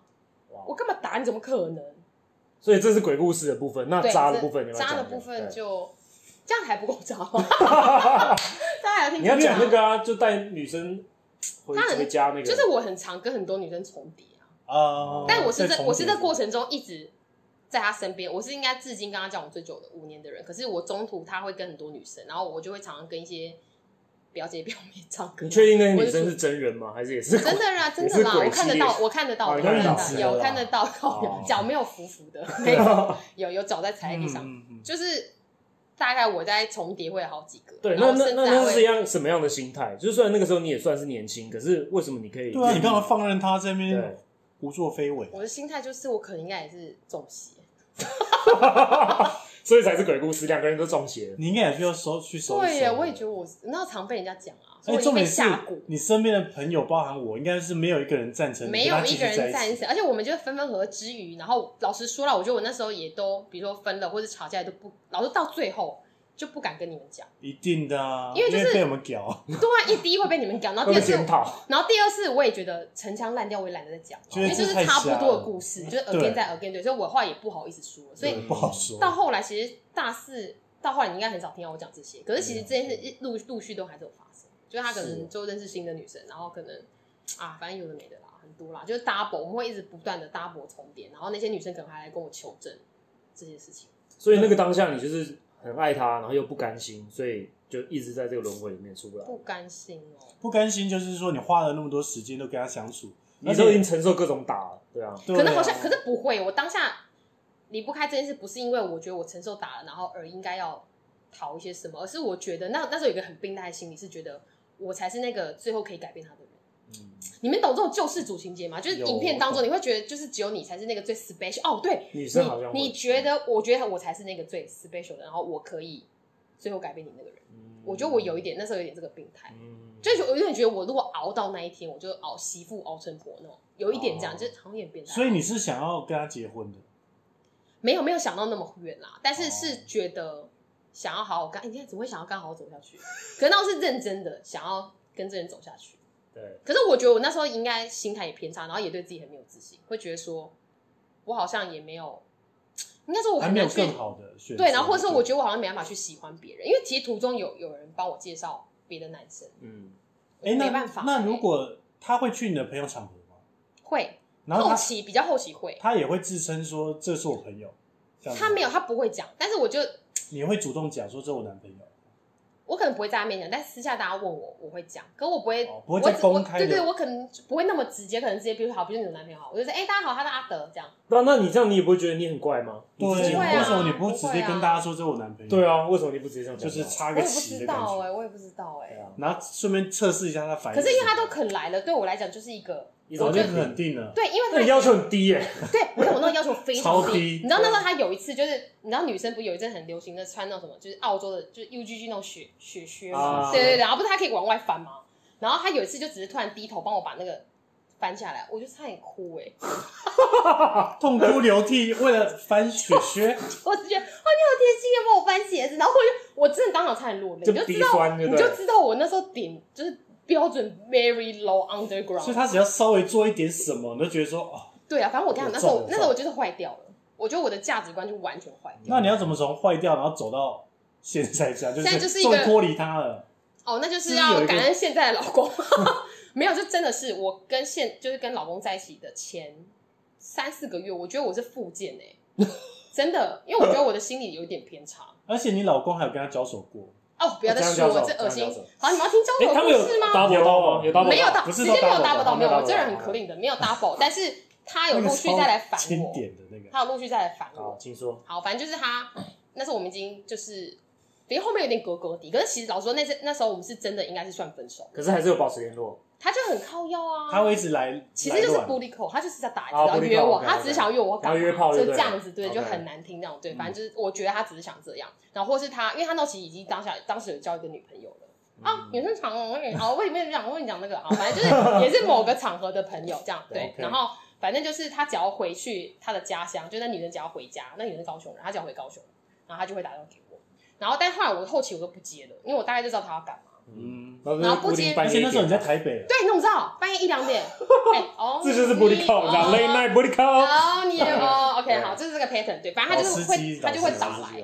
[SPEAKER 3] 哇
[SPEAKER 4] 我干嘛打你？怎么可能？
[SPEAKER 3] 所以这是鬼故事的部分，那
[SPEAKER 4] 对，
[SPEAKER 3] 渣的
[SPEAKER 4] 这
[SPEAKER 3] 部分你要
[SPEAKER 4] 渣
[SPEAKER 3] 讲
[SPEAKER 4] 的
[SPEAKER 3] 一下
[SPEAKER 4] 部分
[SPEAKER 3] 对
[SPEAKER 4] 就这样还不够 渣吗？大家还要听
[SPEAKER 3] 你要
[SPEAKER 4] 渣
[SPEAKER 3] 讲那个啊，就带女生回
[SPEAKER 4] 他很
[SPEAKER 3] 回家那个，哦
[SPEAKER 4] 就是我很常跟很多女生重叠啊，
[SPEAKER 2] 啊，
[SPEAKER 4] 但我是
[SPEAKER 2] 在
[SPEAKER 4] 在
[SPEAKER 2] 重
[SPEAKER 4] 我是
[SPEAKER 2] 叠
[SPEAKER 4] 在过程中一直。在他身边，我是应该至今跟他交往最久的五年的人，可是我中途他会跟很多女生，然后我就会常常跟一些表姐表妹唱歌。
[SPEAKER 3] 你确定那个
[SPEAKER 4] 我
[SPEAKER 3] 女
[SPEAKER 4] 就
[SPEAKER 3] 生
[SPEAKER 4] 说
[SPEAKER 3] 是真人吗？还是也是
[SPEAKER 4] 真的啦，真的
[SPEAKER 3] 也
[SPEAKER 4] 啦，
[SPEAKER 3] 是鬼
[SPEAKER 4] 我看得
[SPEAKER 3] 系
[SPEAKER 4] 到，
[SPEAKER 3] 列
[SPEAKER 4] 我看得到，
[SPEAKER 3] 哦
[SPEAKER 4] 我
[SPEAKER 3] 你
[SPEAKER 4] 看得
[SPEAKER 2] 看
[SPEAKER 4] 到
[SPEAKER 2] 得，到
[SPEAKER 4] 有看得到，
[SPEAKER 3] 哦
[SPEAKER 4] 脚 没有浮浮 的，没有，有有脚在踩在地上，
[SPEAKER 2] 嗯嗯嗯
[SPEAKER 4] 就是大概我在重叠会有好几个，
[SPEAKER 3] 对，
[SPEAKER 4] 然后
[SPEAKER 3] 那那
[SPEAKER 4] 甚
[SPEAKER 3] 那
[SPEAKER 4] 至还
[SPEAKER 3] 那是一
[SPEAKER 4] 会
[SPEAKER 3] 样什么样的心态？就是虽然那个时候你也算是年轻，可是为什么你可以？
[SPEAKER 2] 对啊，你干嘛？放任他在那
[SPEAKER 3] 对
[SPEAKER 2] 边，胡作非为？啊
[SPEAKER 4] 我的心态就是我可能应该也是中邪，
[SPEAKER 3] 所以才是鬼故事，两个人都撞邪了。
[SPEAKER 2] 你应该也需要收去收一收。
[SPEAKER 4] 对耶，我也觉得我是那常被人家讲啊，所
[SPEAKER 2] 哎，
[SPEAKER 4] 以我就
[SPEAKER 2] 重
[SPEAKER 4] 被
[SPEAKER 2] 点是
[SPEAKER 4] 下蛊。
[SPEAKER 2] 你身边的朋友，包含我，应该是没有一个人赞成你嗯
[SPEAKER 4] 没
[SPEAKER 2] 跟
[SPEAKER 4] 有
[SPEAKER 2] 他继
[SPEAKER 4] 一
[SPEAKER 2] 续
[SPEAKER 4] 个
[SPEAKER 2] 在
[SPEAKER 4] 人
[SPEAKER 2] 一
[SPEAKER 4] 赞
[SPEAKER 2] 起
[SPEAKER 4] 成，而且我们就是分分合合之余，然后老实说了，我觉得我那时候也都，比如说分了或者吵架都不，老是到最后就不敢跟你们讲，
[SPEAKER 2] 一定的啊，
[SPEAKER 4] 因为就是
[SPEAKER 2] 被我们屌，
[SPEAKER 4] 对啊，一第一会被你们讲，然后
[SPEAKER 3] 会
[SPEAKER 4] 第
[SPEAKER 3] 被
[SPEAKER 4] 二次
[SPEAKER 3] 检讨，
[SPEAKER 4] 然后第二次我也觉得陈腔滥调，我也懒得再讲，
[SPEAKER 2] 觉
[SPEAKER 4] 因
[SPEAKER 2] 得
[SPEAKER 4] 为就
[SPEAKER 2] 这
[SPEAKER 4] 是
[SPEAKER 2] 太
[SPEAKER 4] 差不
[SPEAKER 2] 瞎
[SPEAKER 4] 多的
[SPEAKER 2] 了
[SPEAKER 4] 故事，就是耳
[SPEAKER 2] 对
[SPEAKER 4] 边在耳边对，所以我话也不好意思说了。所以
[SPEAKER 2] 对不好说。
[SPEAKER 4] 到后来，其实大四到后来，你应该很少听到我讲这些。可是其实这件事一陆陆续都还是有发生，就是他可
[SPEAKER 3] 是
[SPEAKER 4] 能就认识新的女生，然后可能啊，反正有的没的啦，很多啦，就是 double，我们会一直不断的 double 重叠，然后那些女生可能还来跟我求证这些事情。
[SPEAKER 3] 所以那个当下你就是很爱他，然后又不甘心，所以就一直在这个轮回里面出不来。
[SPEAKER 4] 不甘心哦，
[SPEAKER 2] 不甘心，就是说你花了那么多时间都跟他相处，
[SPEAKER 3] 你都已经承受各种打了，对啊，
[SPEAKER 2] 对啊
[SPEAKER 4] 可能好像，可是不会，我当下离不开这件事，不是因为我觉得我承受打了，然后而应该要逃一些什么，而是我觉得那那时候有一个很病态的心理，是觉得我才是那个最后可以改变他的人。
[SPEAKER 3] 嗯
[SPEAKER 4] 你们懂这种救世主情节吗？就是
[SPEAKER 3] 有
[SPEAKER 4] 影片当中，你会觉得就是只有你才是那个最 special。哦，对，
[SPEAKER 2] 女生好像会
[SPEAKER 4] 你你觉得，我觉得我才是那个最 special 的，然后我可以最后改变你那个人。
[SPEAKER 3] 嗯
[SPEAKER 4] 我觉得我有一点那时候有点这个病态，就是我有点觉得我如果熬到那一天，我就熬媳妇熬成婆那种，有一点这样，
[SPEAKER 2] 哦
[SPEAKER 4] 就是好像有点变态。
[SPEAKER 2] 所以你是想要跟他结婚的？
[SPEAKER 4] 没有没有想到那么远啦，但是
[SPEAKER 2] 哦
[SPEAKER 4] 是觉得想要好好干，哎你看怎么会想要刚好好走下去？可是那我是认真的想要跟这人走下去。
[SPEAKER 3] 对，
[SPEAKER 4] 可是我觉得我那时候应该心态也偏差，然后也对自己很没有自信，会觉得说我好像也没有，应该说我
[SPEAKER 2] 还
[SPEAKER 4] 很
[SPEAKER 2] 没有
[SPEAKER 4] 难去
[SPEAKER 2] 更好的选择？
[SPEAKER 4] 对，然后或者说我觉得我好像没办法去喜欢别人，因为其实途中有有人帮我介绍别的男生，
[SPEAKER 3] 嗯，
[SPEAKER 2] 哎，那
[SPEAKER 4] 没办法
[SPEAKER 2] 那如果他会去你的朋友场合吗？
[SPEAKER 4] 会
[SPEAKER 2] 然后
[SPEAKER 4] 后
[SPEAKER 2] 他
[SPEAKER 4] 期比较后期会，
[SPEAKER 2] 他也会自称说这是我朋友，这样子
[SPEAKER 4] 他没有他不会讲，但是我就
[SPEAKER 2] 你会主动讲说这是我男朋友，
[SPEAKER 4] 我可能不会在他面前，但私下大家问我，我会讲，可我不会，
[SPEAKER 2] 哦不
[SPEAKER 4] 我
[SPEAKER 2] 会再
[SPEAKER 4] 只
[SPEAKER 2] 公开的
[SPEAKER 4] 我对对，我可能不会那么直接，可能直接，比如说好，比如说你有男朋友好，我就说，哎、大家好，他是阿德，这样，
[SPEAKER 3] 那那你这样你也不会觉得你很怪吗？你自己
[SPEAKER 2] 对，
[SPEAKER 4] 不
[SPEAKER 3] 很
[SPEAKER 4] 会啊
[SPEAKER 2] 为
[SPEAKER 3] 怪
[SPEAKER 2] 什么你
[SPEAKER 4] 不
[SPEAKER 2] 不
[SPEAKER 4] 会
[SPEAKER 2] 直接跟
[SPEAKER 4] 啊
[SPEAKER 2] 大家说这是我男朋友？
[SPEAKER 3] 对，啊，为什么你不直接这样讲？
[SPEAKER 2] 就是插
[SPEAKER 4] 我
[SPEAKER 2] 个
[SPEAKER 4] 也不
[SPEAKER 2] 旗
[SPEAKER 4] 知
[SPEAKER 2] 的感
[SPEAKER 4] 道哎、
[SPEAKER 2] 觉，
[SPEAKER 4] 我也不知道哎、
[SPEAKER 3] 对啊，
[SPEAKER 2] 然后顺便测试一下他反应。
[SPEAKER 4] 可是因为他都肯来了，对我来讲就是一个，
[SPEAKER 3] 一
[SPEAKER 2] 早
[SPEAKER 3] 种
[SPEAKER 2] 就
[SPEAKER 3] 认定
[SPEAKER 2] 肯定了，
[SPEAKER 4] 对，因为
[SPEAKER 3] 那
[SPEAKER 4] 他
[SPEAKER 3] 你要求很低耶，
[SPEAKER 4] 对，我懂，我那个要求非常
[SPEAKER 2] 超低
[SPEAKER 4] 你知道那时候他有一次就是，你知道女生不有一阵很流行的穿那种什么，就是澳洲的，就是 UGG 那种雪雪靴嘛，
[SPEAKER 3] 啊
[SPEAKER 4] 对对对，然后不是它可以往外翻吗？然后他有一次就只是突然低头帮我把那个翻下来，我就差点哭哎、
[SPEAKER 2] 痛哭流涕，为了翻 雪靴，
[SPEAKER 4] 我只觉得哦，你好贴心啊，帮我翻鞋子，然后我就我真的当场差点落泪，
[SPEAKER 3] 就
[SPEAKER 4] 你就知
[SPEAKER 3] 鼻
[SPEAKER 4] 道，
[SPEAKER 3] 酸对
[SPEAKER 4] 你
[SPEAKER 3] 不
[SPEAKER 4] 就
[SPEAKER 3] 对？
[SPEAKER 4] 知道我那时候点就是标准 very low
[SPEAKER 2] 所以
[SPEAKER 4] underground，
[SPEAKER 2] 他只要稍微做一点什么，你就觉得说哦，
[SPEAKER 4] 对啊，反正我跟你讲，
[SPEAKER 2] 有
[SPEAKER 4] 那时候
[SPEAKER 2] 中有
[SPEAKER 4] 那时候
[SPEAKER 2] 中
[SPEAKER 4] 我就是坏掉了，我觉得我的价值观就完全坏掉。
[SPEAKER 2] 那你要怎么从坏掉，然后走到现在这样？就
[SPEAKER 4] 现在就是一个
[SPEAKER 2] 终于脱离他了。
[SPEAKER 4] 哦，那就
[SPEAKER 2] 是
[SPEAKER 4] 是
[SPEAKER 2] 不
[SPEAKER 4] 要
[SPEAKER 2] 是有一个
[SPEAKER 4] 感恩现在的老公。 没有，就真的是我跟现就是跟老公在一起的前三四个月，我觉得我是附件哎、真的，因为我觉得我的心理有一点偏差。
[SPEAKER 2] 而且你老公还有跟他交手过，
[SPEAKER 4] 哦，不要再
[SPEAKER 3] 这样叫
[SPEAKER 4] 说了，
[SPEAKER 3] 做
[SPEAKER 4] 这恶心
[SPEAKER 3] 这样叫做。
[SPEAKER 4] 好，你们要听
[SPEAKER 3] 哎，
[SPEAKER 4] 交
[SPEAKER 3] 他
[SPEAKER 4] 手
[SPEAKER 3] 们有
[SPEAKER 4] 故事哦吗？
[SPEAKER 3] double 到吗？
[SPEAKER 2] 有
[SPEAKER 3] 有 double
[SPEAKER 4] 没有
[SPEAKER 3] 到
[SPEAKER 4] 到，
[SPEAKER 2] 不是
[SPEAKER 4] 时
[SPEAKER 2] 都
[SPEAKER 4] 间没有
[SPEAKER 2] double
[SPEAKER 4] 到，没有，
[SPEAKER 3] 吗
[SPEAKER 4] 我这人很
[SPEAKER 3] double
[SPEAKER 4] 可令的，没有 double，但是他有
[SPEAKER 2] 那个
[SPEAKER 4] 陆续再来烦
[SPEAKER 2] 超经
[SPEAKER 4] 我。
[SPEAKER 2] 典的那个，
[SPEAKER 4] 他有陆续再来烦
[SPEAKER 3] 好，
[SPEAKER 4] 我，
[SPEAKER 3] 请说。
[SPEAKER 4] 好，反正就是他，那时候我们已经就是，因为后面有点格格底，可是其实老实说，那次那时候我们是真的应该是算分手，
[SPEAKER 3] 可是还是有保持联络，
[SPEAKER 4] 他就很靠腰啊，
[SPEAKER 2] 他会一直来，
[SPEAKER 4] 其实就是
[SPEAKER 2] 来乱
[SPEAKER 4] 玻璃口，他就是在打，
[SPEAKER 3] 啊
[SPEAKER 4] 然后约我，
[SPEAKER 3] bully call，
[SPEAKER 4] 他只是想要约我干嘛，
[SPEAKER 3] 然后约炮
[SPEAKER 4] 就
[SPEAKER 3] 就对了
[SPEAKER 4] 这样子，对，
[SPEAKER 3] OK 嗯
[SPEAKER 4] 就很难听那种，对，反正就是我觉得他只是想这样，然后或是他，因为他那时候其实已经当下当时有交一个女朋友了。
[SPEAKER 3] 嗯
[SPEAKER 4] 啊，女生场合，我跟你好，我也没有讲，我跟你讲那个啊，好反正就是也是某个场合的朋友这样，对
[SPEAKER 3] OK，
[SPEAKER 4] 然后反正就是他只要回去他的家乡，就那女人只要回家，那女人是高雄人，她只要回高雄，然后他就会打电话给我，然后但后来我后期我都不接了，因为我大概就知道他要干嘛，
[SPEAKER 2] 嗯，
[SPEAKER 4] 然后不接
[SPEAKER 2] 而且那时候你在台北，
[SPEAKER 4] 对，你怎么知道？半夜一 两点，哎哦，
[SPEAKER 3] 这就是玻璃靠，
[SPEAKER 4] 你
[SPEAKER 3] 然后 late
[SPEAKER 4] 哦
[SPEAKER 3] night 玻璃靠。
[SPEAKER 4] 哦，你哦，OK，
[SPEAKER 3] 对
[SPEAKER 4] 好，就是这个 pattern，对，反正
[SPEAKER 2] 老
[SPEAKER 4] 他就是
[SPEAKER 2] 哦司
[SPEAKER 4] 会，
[SPEAKER 2] 机，
[SPEAKER 4] 他就
[SPEAKER 2] 老
[SPEAKER 4] 会
[SPEAKER 2] 司机哦
[SPEAKER 4] 打来，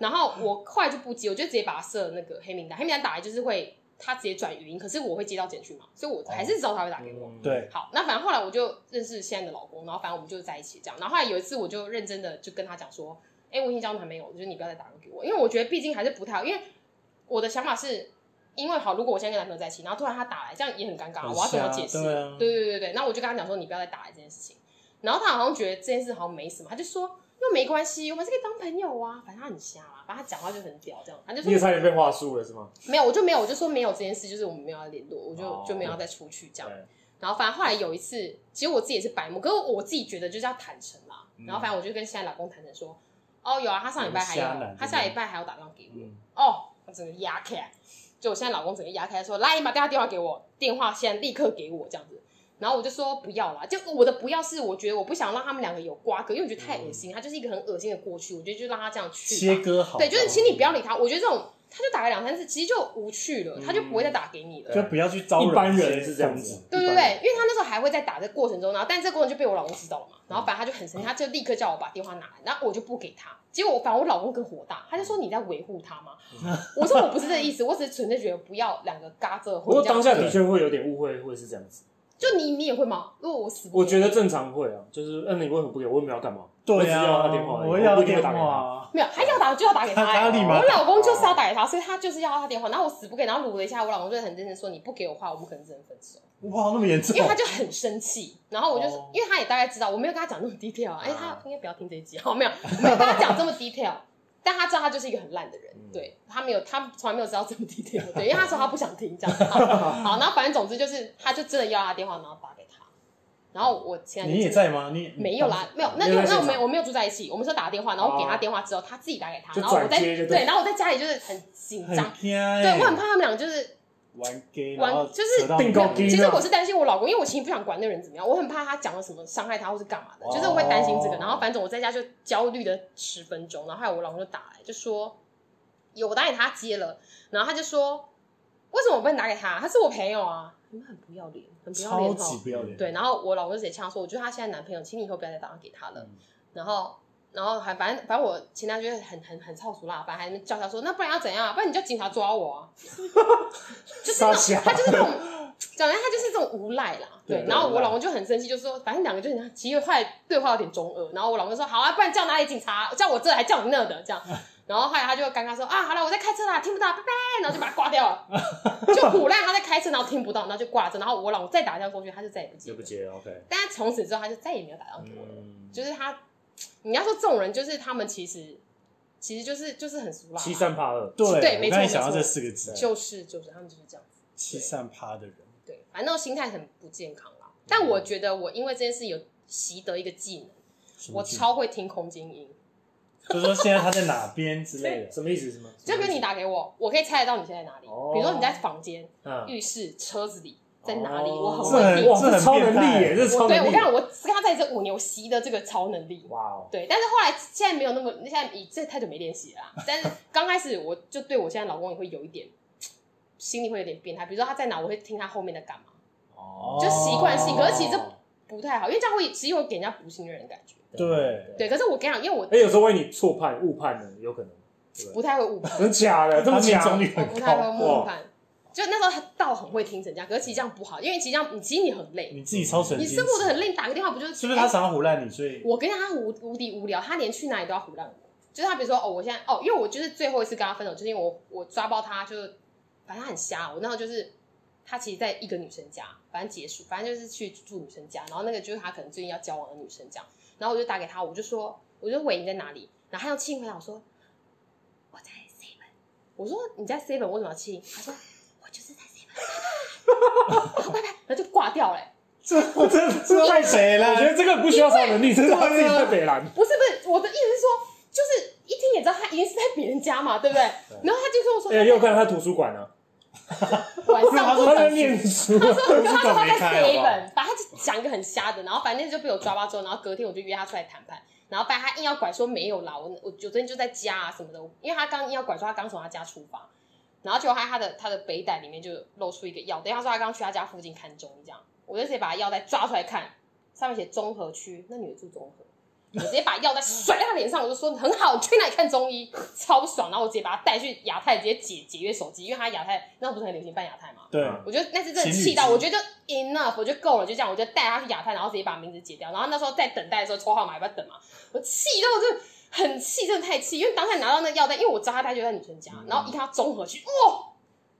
[SPEAKER 4] 然后我后来就不接，我就直接把他设那个黑名单，黑名单打来就是会他直接转语音，可是我会接到简讯嘛，所以我还是知道他会打给我。
[SPEAKER 3] 嗯
[SPEAKER 2] 对，
[SPEAKER 4] 好，那反正后来我就认识现在的老公，然后反正我们就在一起这样，然后后来有一次我就认真的就跟他讲说，哎、我已经交男朋友，就是你不要再打电话给我，因为我觉得毕竟还是不太好，因为我的想法是。因为好，如果我现在跟男朋友在一起，然后突然他打来，这样也很尴尬，
[SPEAKER 2] 很
[SPEAKER 4] 我要怎么
[SPEAKER 2] 瞎
[SPEAKER 4] 解释？
[SPEAKER 2] 对啊
[SPEAKER 4] 对对对对，那我就跟他讲说，你不要再打来这件事情。然后他好像觉得这件事好像没什么，他就说又没关系，我们是可以当朋友啊，反正他很瞎啦，反正他讲话就很屌这样，他就
[SPEAKER 3] 你也
[SPEAKER 4] 说
[SPEAKER 3] 差点被话术了是吗？
[SPEAKER 4] 没有，我就没有，我就说没有这件事，就是我们没有要联络，我就、
[SPEAKER 3] 哦
[SPEAKER 4] 就没有要再出去这样。
[SPEAKER 3] 对
[SPEAKER 4] 然后反正后来有一次，其实我自己也是白目，可是我自己觉得就是要坦诚啦。然后反正我就跟现在老公坦诚说，哦，有啊，他上礼拜还
[SPEAKER 2] 嗯很瞎
[SPEAKER 4] 有
[SPEAKER 2] 男，
[SPEAKER 4] 他下礼拜还要打电话给我，
[SPEAKER 2] 嗯
[SPEAKER 4] 哦，我整个压开，就我现在老公整个压开说，来，你把电话电话给我，电话现在立刻给我这样子。然后我就说不要啦，就我的不要是我觉得我不想让他们两个有瓜葛，因为我觉得太恶心，他就是一个很恶心的过去，我觉得就让他这样去吧
[SPEAKER 2] 嗯切割好，
[SPEAKER 4] 对，就是请你不要理他。我觉得这种他就打个两三次，其实就无趣了，他就不会再打给你了。
[SPEAKER 2] 就不要去招惹
[SPEAKER 3] 一般人
[SPEAKER 2] 这些
[SPEAKER 3] 是这样
[SPEAKER 2] 疯
[SPEAKER 3] 子
[SPEAKER 2] 子，
[SPEAKER 4] 对对对，因为他那时候还会在打的过程中，然后但这过程就被我老公知道了嘛，然后反正他就很生气，他就立刻叫我把电话拿来，然后我就不给他。结果我反而我老公更火大，他就说你在维护他吗？我说我不是这意思，我只是纯粹觉得不要两个嘎着
[SPEAKER 3] 不
[SPEAKER 4] 混
[SPEAKER 3] 过
[SPEAKER 4] 这样
[SPEAKER 3] 当
[SPEAKER 4] 子。
[SPEAKER 3] 下的确会有点误会，会是这样子。
[SPEAKER 4] 就你你也会吗？如果我死不给，
[SPEAKER 3] 我觉得正常会啊，就是那你为什么不给我？我也没有要干嘛。
[SPEAKER 2] 对
[SPEAKER 3] 要
[SPEAKER 2] 呀、
[SPEAKER 3] 他电话而已
[SPEAKER 2] 我
[SPEAKER 3] 我
[SPEAKER 2] 也要
[SPEAKER 3] 不一定
[SPEAKER 2] 电话
[SPEAKER 3] 会打给
[SPEAKER 2] 啊。
[SPEAKER 4] 没有，他要打就要打给他、
[SPEAKER 2] 他他
[SPEAKER 4] 欸。
[SPEAKER 2] 要立马
[SPEAKER 4] 我老公就是要打给他，所以他就是要他电话。然后我死不给，然后撸了一下，我老公就很认真说：“你不给我话，我们可能真的分手。”
[SPEAKER 2] 哇，那么严重
[SPEAKER 4] 因为
[SPEAKER 3] 哦
[SPEAKER 4] 他就很生气，然后我就是、
[SPEAKER 2] 哦
[SPEAKER 4] 因为他也大概知道，我没有跟他讲那么 detail 啊，哎、
[SPEAKER 3] 啊
[SPEAKER 4] 他应该不要听这一集，哦，没有，我没有跟他讲这么 detail，但他知道他就是一个很烂的人，
[SPEAKER 3] 嗯
[SPEAKER 4] 对他没有，他从来没有知道这么 detail，对，因为他说他不想听这 样，好，好，然后反正总之就是，他就真的要他电话，然后打给他，然后我前两天
[SPEAKER 2] 你也在吗？你
[SPEAKER 4] 没有啦，没有，那
[SPEAKER 3] 没有
[SPEAKER 4] 就
[SPEAKER 3] 在
[SPEAKER 4] 那我
[SPEAKER 3] 现
[SPEAKER 4] 没
[SPEAKER 3] 场
[SPEAKER 4] 有我没有住在一起，我们是打电话，然后我给他
[SPEAKER 3] 哦
[SPEAKER 4] 电话之后，他自己打给他，
[SPEAKER 3] 就
[SPEAKER 4] 然后我
[SPEAKER 3] 转
[SPEAKER 4] 在
[SPEAKER 3] 接就对哎
[SPEAKER 4] 对，然后我在家里就是很紧
[SPEAKER 2] 很
[SPEAKER 4] 张，
[SPEAKER 2] 惊欸
[SPEAKER 4] 对我很怕他们两个就是
[SPEAKER 2] 玩 gay，
[SPEAKER 4] 玩
[SPEAKER 2] 然后
[SPEAKER 4] 就是
[SPEAKER 2] 扯到
[SPEAKER 3] 定高
[SPEAKER 2] 你
[SPEAKER 3] 低
[SPEAKER 4] 其实我是担心我老公，因为我其实不想管那人怎么样，我很怕他讲了什么伤害他或是干嘛的，
[SPEAKER 2] 哦
[SPEAKER 4] 就是我会担心这个。然后反正我在家就焦虑了十分钟，然后还有我老公就打来，就说有我打给他接了，然后他就说为什么我不能打给他？他是我朋友啊，你们很不要脸，很不要
[SPEAKER 2] 超
[SPEAKER 4] 脸
[SPEAKER 2] 级
[SPEAKER 4] 哦。
[SPEAKER 2] 不要脸，
[SPEAKER 4] 对，然后我老公就直接呛说，我觉得他现在男朋友，请你以后不要再打电话给他了。
[SPEAKER 2] 嗯
[SPEAKER 4] 然后，然后还反正反正我前男友就很很很操俗啦，反正还在那边叫他说，那不然要怎样啊？不然你叫警察抓我 啊！就是
[SPEAKER 3] 傻
[SPEAKER 4] 那种
[SPEAKER 3] 小
[SPEAKER 4] 他就是那种，讲来他就是这种无赖啦。
[SPEAKER 3] 对
[SPEAKER 4] 对，然后
[SPEAKER 3] 无
[SPEAKER 4] 我
[SPEAKER 3] 赖
[SPEAKER 4] 老公就很生气，就说反正两个就很像其实后来对话有点中二，然后我老公说好啊，不然叫哪里警察？叫我这还叫你那的这 样。然后后来他就尴尬说啊，好了，我在开车啦，听不到，拜拜，然后就把他挂掉了，就苦赖他在开车，然后听不到，然后就挂着，然后我老公再打电话过去，他就再也不接
[SPEAKER 3] 就
[SPEAKER 4] 了
[SPEAKER 3] 不。接，OK。
[SPEAKER 4] 但他从此之后，他就再也没有打电话给我了。
[SPEAKER 3] 嗯，
[SPEAKER 4] 就是他，你要说这种人，就是他们其实其实就是就是很俗辣，
[SPEAKER 3] 欺善怕恶，
[SPEAKER 2] 对
[SPEAKER 4] 对
[SPEAKER 2] 我
[SPEAKER 4] 没错
[SPEAKER 2] 刚才想到
[SPEAKER 4] 没错
[SPEAKER 2] 这四个字，
[SPEAKER 4] 就是就是他们就是这样子，
[SPEAKER 2] 欺善怕的人，
[SPEAKER 4] 对，反正那种心态很不健康啦。
[SPEAKER 3] 嗯
[SPEAKER 4] 但我觉得我因为这件事有习得一个技能，
[SPEAKER 2] 什么
[SPEAKER 4] 我
[SPEAKER 2] 字
[SPEAKER 4] 超会听空间音，
[SPEAKER 2] 就说现在他在哪边之类的，
[SPEAKER 3] 什么意思？什么？
[SPEAKER 4] 就比如你打给我，我可以猜得到你现在哪里，
[SPEAKER 3] 哦
[SPEAKER 4] 比如说你在房间、
[SPEAKER 3] 嗯，
[SPEAKER 4] 浴室、车子里在哪里，
[SPEAKER 3] 哦
[SPEAKER 4] 我很
[SPEAKER 2] 这
[SPEAKER 4] 会
[SPEAKER 2] 很
[SPEAKER 4] 听。
[SPEAKER 3] 哇
[SPEAKER 2] 这
[SPEAKER 3] 这
[SPEAKER 2] 很
[SPEAKER 3] 超能
[SPEAKER 2] 变态
[SPEAKER 3] 力耶，这超
[SPEAKER 4] 对，
[SPEAKER 3] 能
[SPEAKER 4] 我
[SPEAKER 3] 力
[SPEAKER 4] 跟你。讲，我跟他在这五年，我习得这个超能力。
[SPEAKER 3] 哇哦，
[SPEAKER 4] 对，但是后来现在没有那么，现在已这太久没练习了啦。但是刚开始我就对我现在老公也会有一点，心里会有点变态。比如说他在哪，我会听他后面在干嘛，
[SPEAKER 3] 哦
[SPEAKER 4] 就习惯性可是其实
[SPEAKER 3] 哦
[SPEAKER 4] 不太好，因为这样会其实会给人家不信任的感觉。
[SPEAKER 2] 对
[SPEAKER 4] 对，可是我跟你讲，因为我
[SPEAKER 3] 哎，有时候万一你错判误判呢，有可能，
[SPEAKER 4] 不太会误判，
[SPEAKER 3] 真假的这么假
[SPEAKER 2] 他命中率
[SPEAKER 4] 我
[SPEAKER 2] 哎很
[SPEAKER 4] 不太
[SPEAKER 2] 高，哦
[SPEAKER 4] 会误判。就那时候他倒很会听成这样，可是其实这样不好，因为其实这样你其实你很累，
[SPEAKER 2] 你自己超神
[SPEAKER 4] 你
[SPEAKER 2] 经质，
[SPEAKER 4] 生活的很累，你打个电话不就是？
[SPEAKER 2] 嗯
[SPEAKER 4] 哎
[SPEAKER 2] 是不是他常常胡乱你，所以
[SPEAKER 4] 我跟他无无敌无聊，他连去哪里都要胡乱我。就是他比如说哦，我现在哦，因为我就是最后一次跟他分手，就是因为我我抓包他，就是反正他很瞎。我那时候就是他其实在一个女生家，反正结束，反正就是去住女生家，然后那个就是他可能最近要交往的女生这样。然后我就打给他，我就说，我就喂你在哪里？然后他用亲回答我说我在 seven。我说你在 seven，我怎么要亲？他说我就是在 seven。然后 拜拜，然后就挂掉了欸、
[SPEAKER 2] 这这这太谁了？
[SPEAKER 3] 我觉得这个不需要超能力，这是他自己在北蓝。
[SPEAKER 4] 不是不是，我的意思是说，就是一听也知道他一定是在别人家嘛，对不对？然后他就跟我说，
[SPEAKER 3] 哎，又看他图书馆啊，
[SPEAKER 4] 晚上不
[SPEAKER 3] 他在
[SPEAKER 4] 准
[SPEAKER 3] 念书，
[SPEAKER 4] 他说
[SPEAKER 2] 书馆
[SPEAKER 4] 他
[SPEAKER 2] 没
[SPEAKER 4] 在
[SPEAKER 2] 开好不
[SPEAKER 4] C
[SPEAKER 2] 好
[SPEAKER 4] 本，反正他就讲一个很瞎的，然后反正就被我抓包之后，然后隔天我就约他出来谈判，然后反正他硬要拐说没有啦，我我昨天就在家啊什么的，因为他刚硬要拐说他刚从他家出发，然后结果他他的他的背带里面就露出一个药，等一下说他刚去他家附近看中医这样，我就直接把药袋抓出来看，上面写综合区，那女的住综合。我直接把药袋甩在他脸上，我就说很好，你去哪里看中医？超不爽，然后我直接把他带去亚太，直接解解约手机，因为他亚太那时候不是很流行办亚太嘛，
[SPEAKER 2] 对，
[SPEAKER 3] 嗯
[SPEAKER 4] 我觉得那次真的气到，我觉得就 enough，我就够了，就这样，我就带他去亚太，然后直接把名字解掉。然后那时候在等待的时候抽号码，不要等嘛，我气到我就很气，真的太气，因为当下拿到那个药单，因为我知道他带就在女生家，
[SPEAKER 3] 嗯
[SPEAKER 4] 然后一看他综合去，哇，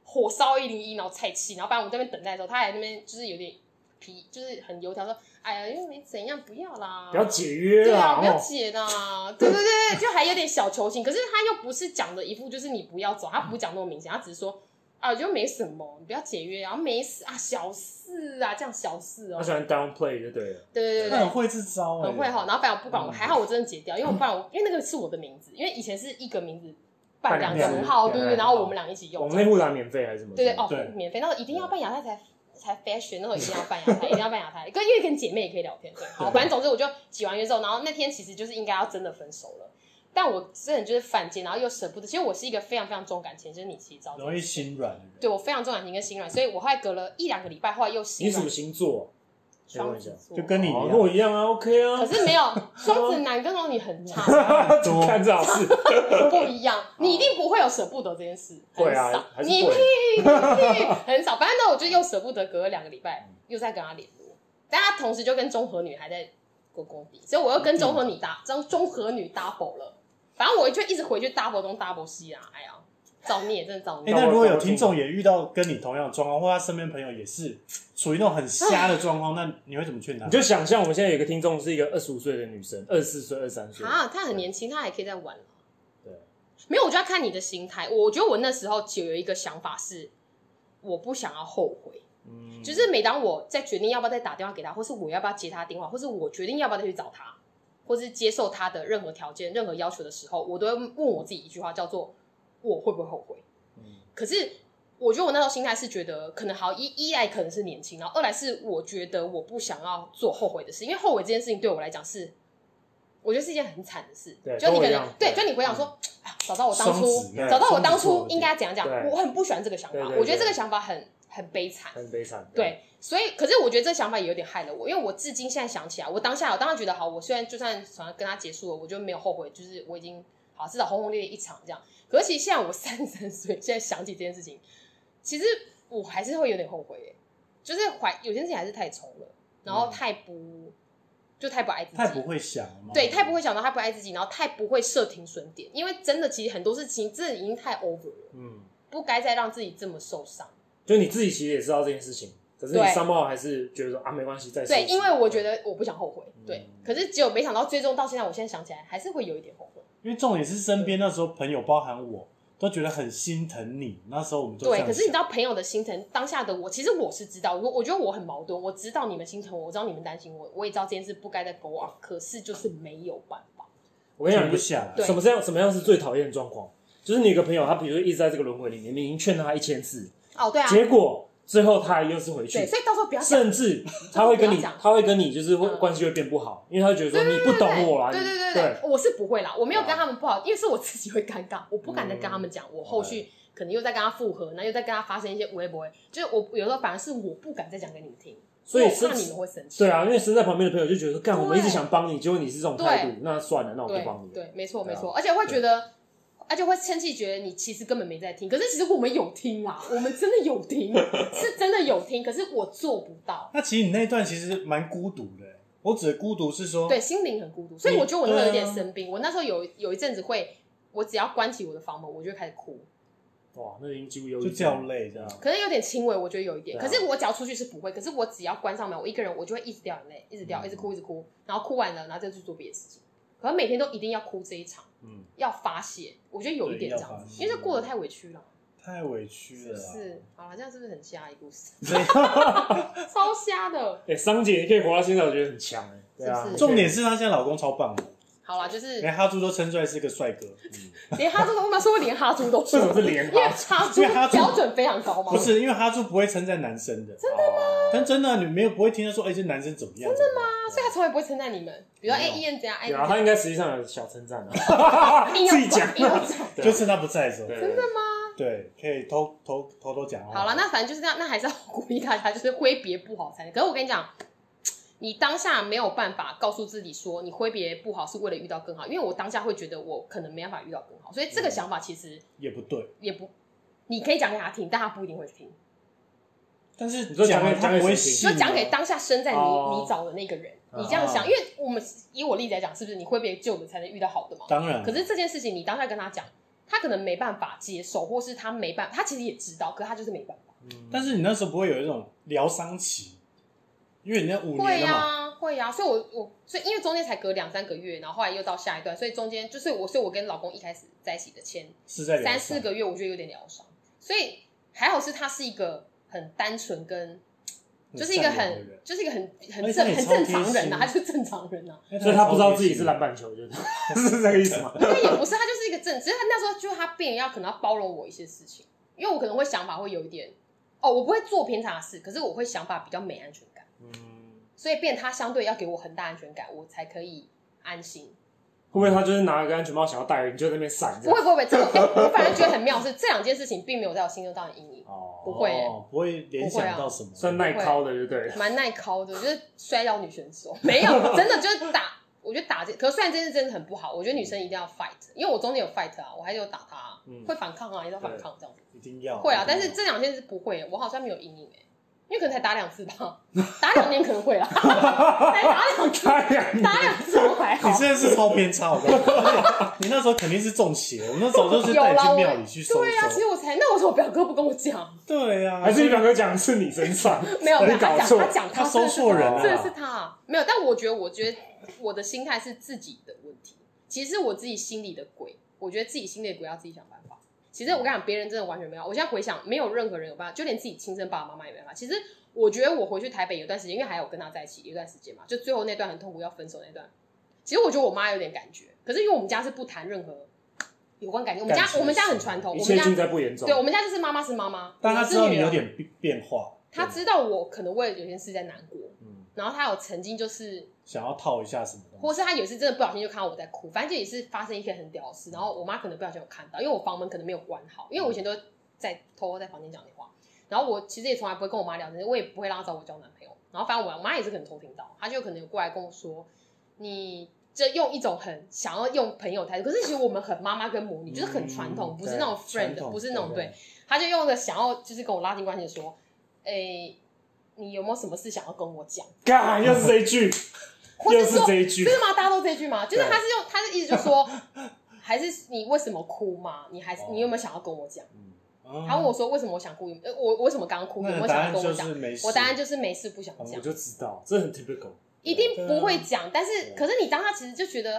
[SPEAKER 4] 火烧一零一，然后菜气，然后反正我这边等待的时候，他还在那边就是有点皮，就是很油条说，哎呀，又没怎样，不要啦，
[SPEAKER 3] 不要解约
[SPEAKER 4] 对
[SPEAKER 3] 啦，
[SPEAKER 4] 啊，不要
[SPEAKER 3] 哦，
[SPEAKER 4] 解的啊， 对对对，对就还有点小球性。可是他又不是讲的一副就是你不要走，他不讲那么明显，他只是说啊，就没什么，你不要解约啊，没事啊，小事啊，这样小事哦
[SPEAKER 3] 他。喜欢 downplay 就对了，
[SPEAKER 4] 对对对
[SPEAKER 2] 他很
[SPEAKER 4] 对，
[SPEAKER 2] 会这招，欸
[SPEAKER 4] 很会。哦哈。然后反正我不管我，还好我真的解掉，因为我不然我因为那个是我的名字，因为以前是一个名字办两个
[SPEAKER 2] 办两
[SPEAKER 4] 门
[SPEAKER 3] 个
[SPEAKER 4] 号，
[SPEAKER 3] 对
[SPEAKER 4] 对对
[SPEAKER 3] 对
[SPEAKER 4] 对，然后我们俩一起
[SPEAKER 3] 我
[SPEAKER 4] 用
[SPEAKER 3] 们。那护栏免费还是什么？
[SPEAKER 4] 对对哦
[SPEAKER 2] 对，
[SPEAKER 4] 免费，那时候一定要办亚太才才 fashion，那时候一定要办亚太，一定要办 亚太，跟因为跟姐妹也可以聊天，对，好，反正总之我就解完约之后，然后那天其实就是应该要真的分手了，但我真的就是犯贱，然后又舍不得，其实我是一个非常非常重感情，就是你其实
[SPEAKER 3] 嗯
[SPEAKER 4] 知道这件事，
[SPEAKER 2] 容易心软的人，
[SPEAKER 4] 对我非常重感情跟心软，所以我后来隔了一两个礼拜，后来又心
[SPEAKER 3] 你什
[SPEAKER 4] 软
[SPEAKER 3] 么，星座？
[SPEAKER 4] 双子座，
[SPEAKER 2] 就跟你一
[SPEAKER 3] 哦跟我
[SPEAKER 2] 样，
[SPEAKER 3] 一样啊，OK 啊
[SPEAKER 4] 可。是没 有双子男跟双子女很差，
[SPEAKER 2] 多
[SPEAKER 3] 看这好事，
[SPEAKER 4] 不一样，你一定不会有舍不得这件事，很
[SPEAKER 3] 会啊
[SPEAKER 4] 少，，
[SPEAKER 3] 还是
[SPEAKER 4] 你
[SPEAKER 3] 会。
[SPEAKER 4] 很少。反正呢，我就又舍不得，隔了两个礼拜又再跟他联络，但他同时就跟中和女孩在狗狗比，所以我又跟综合女搭，中综合女 double 了。反正我就一直回去 double 东 double 西啊，哎呀，造孽，真的造
[SPEAKER 2] 哎、
[SPEAKER 4] 孽。
[SPEAKER 2] 那如果有听众也遇到跟你同样的状况，或他身边朋友也是处于那种很瞎的状况，那你会怎么劝他
[SPEAKER 3] 你？就想象我们现在有一个听众是一个二十五岁的女生，二十四岁、二三岁，
[SPEAKER 4] 啊，他很年轻，他还可以再玩了。
[SPEAKER 3] 对，
[SPEAKER 4] 没有，我就要看你的心态。我觉得我那时候就有一个想法是，我不想要后悔。
[SPEAKER 3] 嗯，
[SPEAKER 4] 就是每当我在决定要不要再打电话给他，或是我要不要接他电话，或是我决定要不要再去找他，或是接受他的任何条件、任何要求的时候，我都会问我自己一句话，叫做我会不会后悔？
[SPEAKER 3] 嗯
[SPEAKER 4] 可是我觉得我那时候心态是觉得，可能好一一来可能是年轻，然后二来是我觉得我不想要做后悔的事，因为后悔这件事情对我来讲是，我觉得是一件很惨的事
[SPEAKER 3] 对。
[SPEAKER 4] 就
[SPEAKER 3] 跟我
[SPEAKER 4] 你可
[SPEAKER 3] 一
[SPEAKER 4] 能
[SPEAKER 3] 样
[SPEAKER 4] 对，
[SPEAKER 3] 对嗯
[SPEAKER 4] 就你回想说，啊，早知道我当
[SPEAKER 2] 双子
[SPEAKER 4] 初
[SPEAKER 2] 对，
[SPEAKER 4] 早知道我当
[SPEAKER 2] 双子
[SPEAKER 4] 初
[SPEAKER 2] 座
[SPEAKER 4] 应该怎样讲，
[SPEAKER 3] 对
[SPEAKER 4] 我很不喜欢这个想法
[SPEAKER 3] 对对，对
[SPEAKER 4] 我觉得这个想法很很悲惨。
[SPEAKER 3] 很悲惨。
[SPEAKER 4] 对，所以可是我觉得这想法也有点害了我，因为我至今现在想起来，我当下我当然觉得好，我虽然就算好像跟他结束了，我就没有后悔，就是我已经好至少轰轰烈烈一场这样。可是其实现在我三十三岁，现在想起这件事情，其实我还是会有点后悔耶，就是怀有些事情还是太冲了，然后太不、就太不爱自己，
[SPEAKER 2] 嗯太不会想了吗？
[SPEAKER 4] 对，太不会想到，太不爱自己，然后太不会设停损点，因为真的其实很多事情真的已经太 over 了，
[SPEAKER 3] 嗯，
[SPEAKER 4] 不该再让自己这么受伤。
[SPEAKER 3] 就你自己其实也知道这件事情，可是你
[SPEAKER 4] 对
[SPEAKER 3] somehow 还是觉得说啊，没关系，再试
[SPEAKER 4] 对，
[SPEAKER 3] 试
[SPEAKER 4] 因为我觉得我不想后悔，对
[SPEAKER 3] 嗯。
[SPEAKER 4] 可是只有没想到，最终到现在，我现在想起来还是会有一点后悔。
[SPEAKER 2] 因为重点是身边那时候朋友，包含我，都觉得很心疼你。那时候我们都这
[SPEAKER 4] 对，
[SPEAKER 2] 样
[SPEAKER 4] 可是你知
[SPEAKER 2] 想
[SPEAKER 4] 道朋友的心疼，当下的我，其实我是知道，我我觉得我很矛盾，我知道你们心疼我，我知道你们担心我，我也知道这件事不该再 go on，可是就是没有办法。
[SPEAKER 3] 我跟你讲，
[SPEAKER 2] 停不下来
[SPEAKER 4] 对
[SPEAKER 3] 什么这样什么样是最讨厌的状况？就是你有个朋友，他比如说一直在这个轮回里面，你已经劝他一千次，
[SPEAKER 4] 哦，对啊，
[SPEAKER 3] 结果最后他又是回
[SPEAKER 4] 对，
[SPEAKER 3] 去，
[SPEAKER 4] 所以到时候不要讲，
[SPEAKER 3] 甚至他会跟
[SPEAKER 4] 不
[SPEAKER 3] 你
[SPEAKER 4] 要讲
[SPEAKER 3] 他会跟你就是会
[SPEAKER 4] 嗯
[SPEAKER 3] 关系会变不好，因为他会觉得说你不懂我啦，
[SPEAKER 4] 对
[SPEAKER 3] 你
[SPEAKER 4] 对对
[SPEAKER 3] 对啊
[SPEAKER 4] 对，我是不会啦，我没有跟他们不好，因为是我自己会尴尬，我不敢再跟他们讲，
[SPEAKER 3] 嗯
[SPEAKER 4] 我后续可能又在跟他复合，然后又在跟他发生一些微博，就是我有时候反而是我不敢再讲给你们听，
[SPEAKER 3] 所以
[SPEAKER 4] 因为我怕
[SPEAKER 3] 是
[SPEAKER 4] 你们会生气。
[SPEAKER 3] 对啊，因为身在旁边的朋友就觉得说，干，
[SPEAKER 4] 对
[SPEAKER 3] 我们一直想帮你，结果你是这种态度，那算了，那我不
[SPEAKER 4] 对
[SPEAKER 3] 帮你。
[SPEAKER 4] 对，没错
[SPEAKER 3] 对
[SPEAKER 4] 没
[SPEAKER 3] 啊
[SPEAKER 4] 错，而且会觉得，而且会生气，觉得你其实根本没在听。可是其实我们有听啊，我们真的有听，是真的有听，可是我做不到。
[SPEAKER 2] 那其实你那一段其实蛮孤独的欸。我指的孤独是说，
[SPEAKER 4] 对，心灵很孤独，所以
[SPEAKER 2] 你
[SPEAKER 4] 我觉得我那时候有点
[SPEAKER 2] 对啊
[SPEAKER 4] 生病。我那时候有有一阵子会，我只要关起我的房门，我就会开始哭，
[SPEAKER 3] 哇，那已经几乎忧郁
[SPEAKER 2] 就
[SPEAKER 3] 症
[SPEAKER 2] 掉泪这样。
[SPEAKER 4] 可能有点轻微，我觉得有一点。
[SPEAKER 3] 对啊
[SPEAKER 4] 可是我只要出去是不会，可是我只要关上门，我一个人我就会一直掉眼泪，一直
[SPEAKER 3] 嗯
[SPEAKER 4] 掉，一直哭，一直哭，然后哭完了，然后再去做别的事情。可能每天都一定要哭这一场，
[SPEAKER 3] 嗯，
[SPEAKER 4] 要发泄，我觉得有
[SPEAKER 2] 对
[SPEAKER 4] 一点
[SPEAKER 2] 要
[SPEAKER 4] 这样
[SPEAKER 2] 发
[SPEAKER 4] 子，
[SPEAKER 2] 泄
[SPEAKER 4] 因为这过得太委屈了。
[SPEAKER 2] 太委屈了啦。啊
[SPEAKER 4] 是，好了，这样是不是很瞎一故事？
[SPEAKER 2] 所以
[SPEAKER 4] 超瞎的。
[SPEAKER 3] 哎，桑姐你可以活到现在，我觉得很强哎。对
[SPEAKER 4] 是
[SPEAKER 3] 啊
[SPEAKER 4] 不，是
[SPEAKER 2] 重点是她现在老公超棒的，
[SPEAKER 4] 好了，就是
[SPEAKER 2] 连哈猪都称出来是个帅哥。
[SPEAKER 4] 哦连哈猪都，我们说过连哈猪都说，
[SPEAKER 3] 为什么是连哈
[SPEAKER 4] 因为哈
[SPEAKER 2] 因为哈
[SPEAKER 4] 猪
[SPEAKER 2] 猪
[SPEAKER 4] 标准非常高嘛。
[SPEAKER 2] 不，是，因为哈猪不会称赞男生的，
[SPEAKER 3] 真的吗？
[SPEAKER 2] 但真的啊你没有不会听他说，哎，这男生怎么样？真的吗？
[SPEAKER 4] 所以他从来不会称赞你们。比如说，
[SPEAKER 2] 没
[SPEAKER 4] 哎，
[SPEAKER 2] 有
[SPEAKER 4] 伊人怎样？哎，
[SPEAKER 3] 有啊，他应该实际上有小称赞
[SPEAKER 4] 他
[SPEAKER 3] 啊，
[SPEAKER 4] 硬
[SPEAKER 3] 自己
[SPEAKER 4] 要
[SPEAKER 3] 讲
[SPEAKER 4] 讲，。硬要讲。
[SPEAKER 3] 对啊
[SPEAKER 2] 就是他不在的时候，
[SPEAKER 3] 真的吗？
[SPEAKER 2] 对，可以偷偷偷偷讲话。
[SPEAKER 4] 好了，那反正就是这样，那还是要鼓励大家，就是挥别不好才能。可是我跟你讲，你当下没有办法告诉自己说你挥别不好是为了遇到更好，因为我当下会觉得我可能没办法遇到更好，所以这个想法其实
[SPEAKER 2] 也不对，
[SPEAKER 4] 也不，你可以讲给他听，但他不一定会听。
[SPEAKER 2] 但是
[SPEAKER 3] 你说讲
[SPEAKER 2] 了
[SPEAKER 3] 给
[SPEAKER 2] 他不会
[SPEAKER 3] 讲给谁听
[SPEAKER 2] 信
[SPEAKER 4] 就
[SPEAKER 2] 啊，
[SPEAKER 4] 讲给当下身在你、
[SPEAKER 3] 哦
[SPEAKER 4] 你找的那个人，你这样想，
[SPEAKER 2] 哦
[SPEAKER 4] 因为我们以我例子来讲，是不是你会被救，我们才能遇到好的嘛？
[SPEAKER 2] 当然，
[SPEAKER 4] 可是这件事情，你当下跟他讲，他可能没办法接受，或是他没办他其实也知道，可他就是没办法。
[SPEAKER 3] 嗯
[SPEAKER 2] 但是你那时候不会有一种疗伤期，因为你那五
[SPEAKER 4] 会啊
[SPEAKER 2] 年了
[SPEAKER 4] 呀、
[SPEAKER 2] 嘛，
[SPEAKER 4] 会呀、所以我我所以因为中间才隔两三个月，然后后来又到下一段，所以中间就是我，所以我跟老公一开始在一起的前
[SPEAKER 2] 是在疗伤
[SPEAKER 4] 三四个月，我觉得有点疗伤，所以还好是他是一个很单纯跟。就是一个
[SPEAKER 2] 善良的
[SPEAKER 4] 很
[SPEAKER 2] 人，
[SPEAKER 4] 就是一个很
[SPEAKER 2] 而
[SPEAKER 4] 很
[SPEAKER 2] 且他
[SPEAKER 4] 正
[SPEAKER 2] 也
[SPEAKER 4] 很
[SPEAKER 2] 超
[SPEAKER 4] 正常
[SPEAKER 2] 贴
[SPEAKER 4] 人啊
[SPEAKER 2] 心
[SPEAKER 4] 呐、他就是正常人呐、
[SPEAKER 2] 哎
[SPEAKER 3] 所以他不知道自己是篮板球，就是 是这个意思吗？
[SPEAKER 4] 但也不是，他就是一个正，只是他那时候就他病人要可能要包容我一些事情，因为我可能会想法会有一点，哦，我不会做偏差的事，可是我会想法比较没安全感，
[SPEAKER 3] 嗯，
[SPEAKER 4] 所以变他相对要给我很大安全感，我才可以安心。
[SPEAKER 3] 会不会他就是拿了个安全帽想要戴，你就在那边闪这样？
[SPEAKER 4] 不会不会不会，这个、哎我反而觉得很妙是这两件事情并没有在我心中造成阴影，
[SPEAKER 3] 哦，
[SPEAKER 4] 不会耶
[SPEAKER 2] 哦，不会联
[SPEAKER 4] 不会
[SPEAKER 2] 想
[SPEAKER 4] 啊
[SPEAKER 2] 到什么，
[SPEAKER 3] 算耐敲的就对了。
[SPEAKER 4] 蛮耐敲的，就是摔跤女选手没有，真的就是打，我觉得打这，可是虽然这件事真的很不好，我觉得女生一定要 fight，因为我中间有 fight 啊，我还是有打他啊、
[SPEAKER 3] 嗯
[SPEAKER 4] 会反抗啊，也是要反抗这样子。
[SPEAKER 2] 一定要
[SPEAKER 4] 会啊，但是这两件是不会，我好像没有阴影哎、为可能才打两次吧， 打两年可能 会啦，才打两次，
[SPEAKER 3] 他两
[SPEAKER 4] 打两次都还好
[SPEAKER 2] 你。真的是超偏差，我跟你讲，而且 你那时候肯定是中邪，我那时候都是
[SPEAKER 4] 有
[SPEAKER 2] 带你
[SPEAKER 4] 啦，
[SPEAKER 2] 去
[SPEAKER 4] 我
[SPEAKER 2] 庙里去收
[SPEAKER 4] 对啊，其
[SPEAKER 2] 收。
[SPEAKER 4] 实我才那我说我表哥不跟我讲，
[SPEAKER 2] 对啊，
[SPEAKER 3] 还是你表哥讲是你身上，
[SPEAKER 4] 没 有，没有
[SPEAKER 3] 你
[SPEAKER 4] 他
[SPEAKER 3] 搞
[SPEAKER 4] 讲
[SPEAKER 3] 错
[SPEAKER 4] 他，讲
[SPEAKER 2] 他
[SPEAKER 4] 真
[SPEAKER 2] 收
[SPEAKER 4] 的是
[SPEAKER 2] 错人
[SPEAKER 3] 啊
[SPEAKER 4] 真的是他没有，但我觉得，我觉得我的心态是自己的问题。其实是我自己心里的鬼，我觉得自己心里的鬼要自己想办法。其实我跟你讲，别人真的完全没有。我现在回想，没有任何人有办法，就连自己亲生爸爸妈妈也没办法。其实我觉得我回去台北有段时间，因为还有跟他在一起有一段时间嘛，就最后那段很痛苦要分手那段。其实我觉得我妈有点感觉，可是因为我们家是不谈任何有关感情，我们家
[SPEAKER 2] 感情
[SPEAKER 4] 我们家很传统，
[SPEAKER 3] 一
[SPEAKER 4] 我们
[SPEAKER 3] 切
[SPEAKER 4] 家
[SPEAKER 3] 尽在不言中
[SPEAKER 4] 对，我们家就是妈妈是妈妈，
[SPEAKER 2] 但他知道
[SPEAKER 4] 我是
[SPEAKER 2] 你
[SPEAKER 4] 女儿
[SPEAKER 2] 有点变变化，
[SPEAKER 4] 他知道我可能为了有些事在难过，
[SPEAKER 3] 嗯
[SPEAKER 4] 然后他有曾经就是，
[SPEAKER 2] 想要套一下什么东西。
[SPEAKER 4] 或是他有一次真的不小心就看到我在哭，反正这也是发生一些很屌的事。然后我妈可能不小心有看到，因为我房门可能没有关好，因为我以前都在偷偷在房间讲电话。然后我其实也从来不会跟我妈聊这些，我也不会让她找我交男朋友。然后反正我妈也是可能偷听到，她就可能有过来跟我说，你这用一种很想要用朋友态度，可是其实我们很妈妈跟母女，就是很传统，
[SPEAKER 3] 嗯
[SPEAKER 4] 不是那种
[SPEAKER 3] 对传
[SPEAKER 4] friend，
[SPEAKER 3] 统
[SPEAKER 4] 不是那种
[SPEAKER 3] 对
[SPEAKER 4] 对。他就用一个想要就是跟我拉近关系的说，诶，你有没有什么事想要跟我讲？
[SPEAKER 3] 干又是这一句，
[SPEAKER 4] 或
[SPEAKER 3] 又
[SPEAKER 4] 者
[SPEAKER 3] 是
[SPEAKER 4] 说
[SPEAKER 3] 这一句，
[SPEAKER 4] 真的吗？大家都这句吗？就是
[SPEAKER 3] 对
[SPEAKER 4] 他是用他的意思就说，还是你为什么哭嘛？你还是
[SPEAKER 2] 哦
[SPEAKER 4] 你有没有想要跟我讲？
[SPEAKER 2] 嗯
[SPEAKER 4] 他问我说为什么我想哭？有呃我我为什么刚刚哭？有
[SPEAKER 2] 那你
[SPEAKER 4] 没有
[SPEAKER 2] 的
[SPEAKER 4] 想
[SPEAKER 2] 答
[SPEAKER 4] 要
[SPEAKER 2] 案
[SPEAKER 4] 跟我
[SPEAKER 2] 就
[SPEAKER 4] 讲？
[SPEAKER 2] 是没事，
[SPEAKER 4] 我答案就是没事，不想
[SPEAKER 3] 我
[SPEAKER 4] 讲，
[SPEAKER 3] 就知道这很 typical。
[SPEAKER 4] 一定不会讲。但是可是你当下其实就觉得，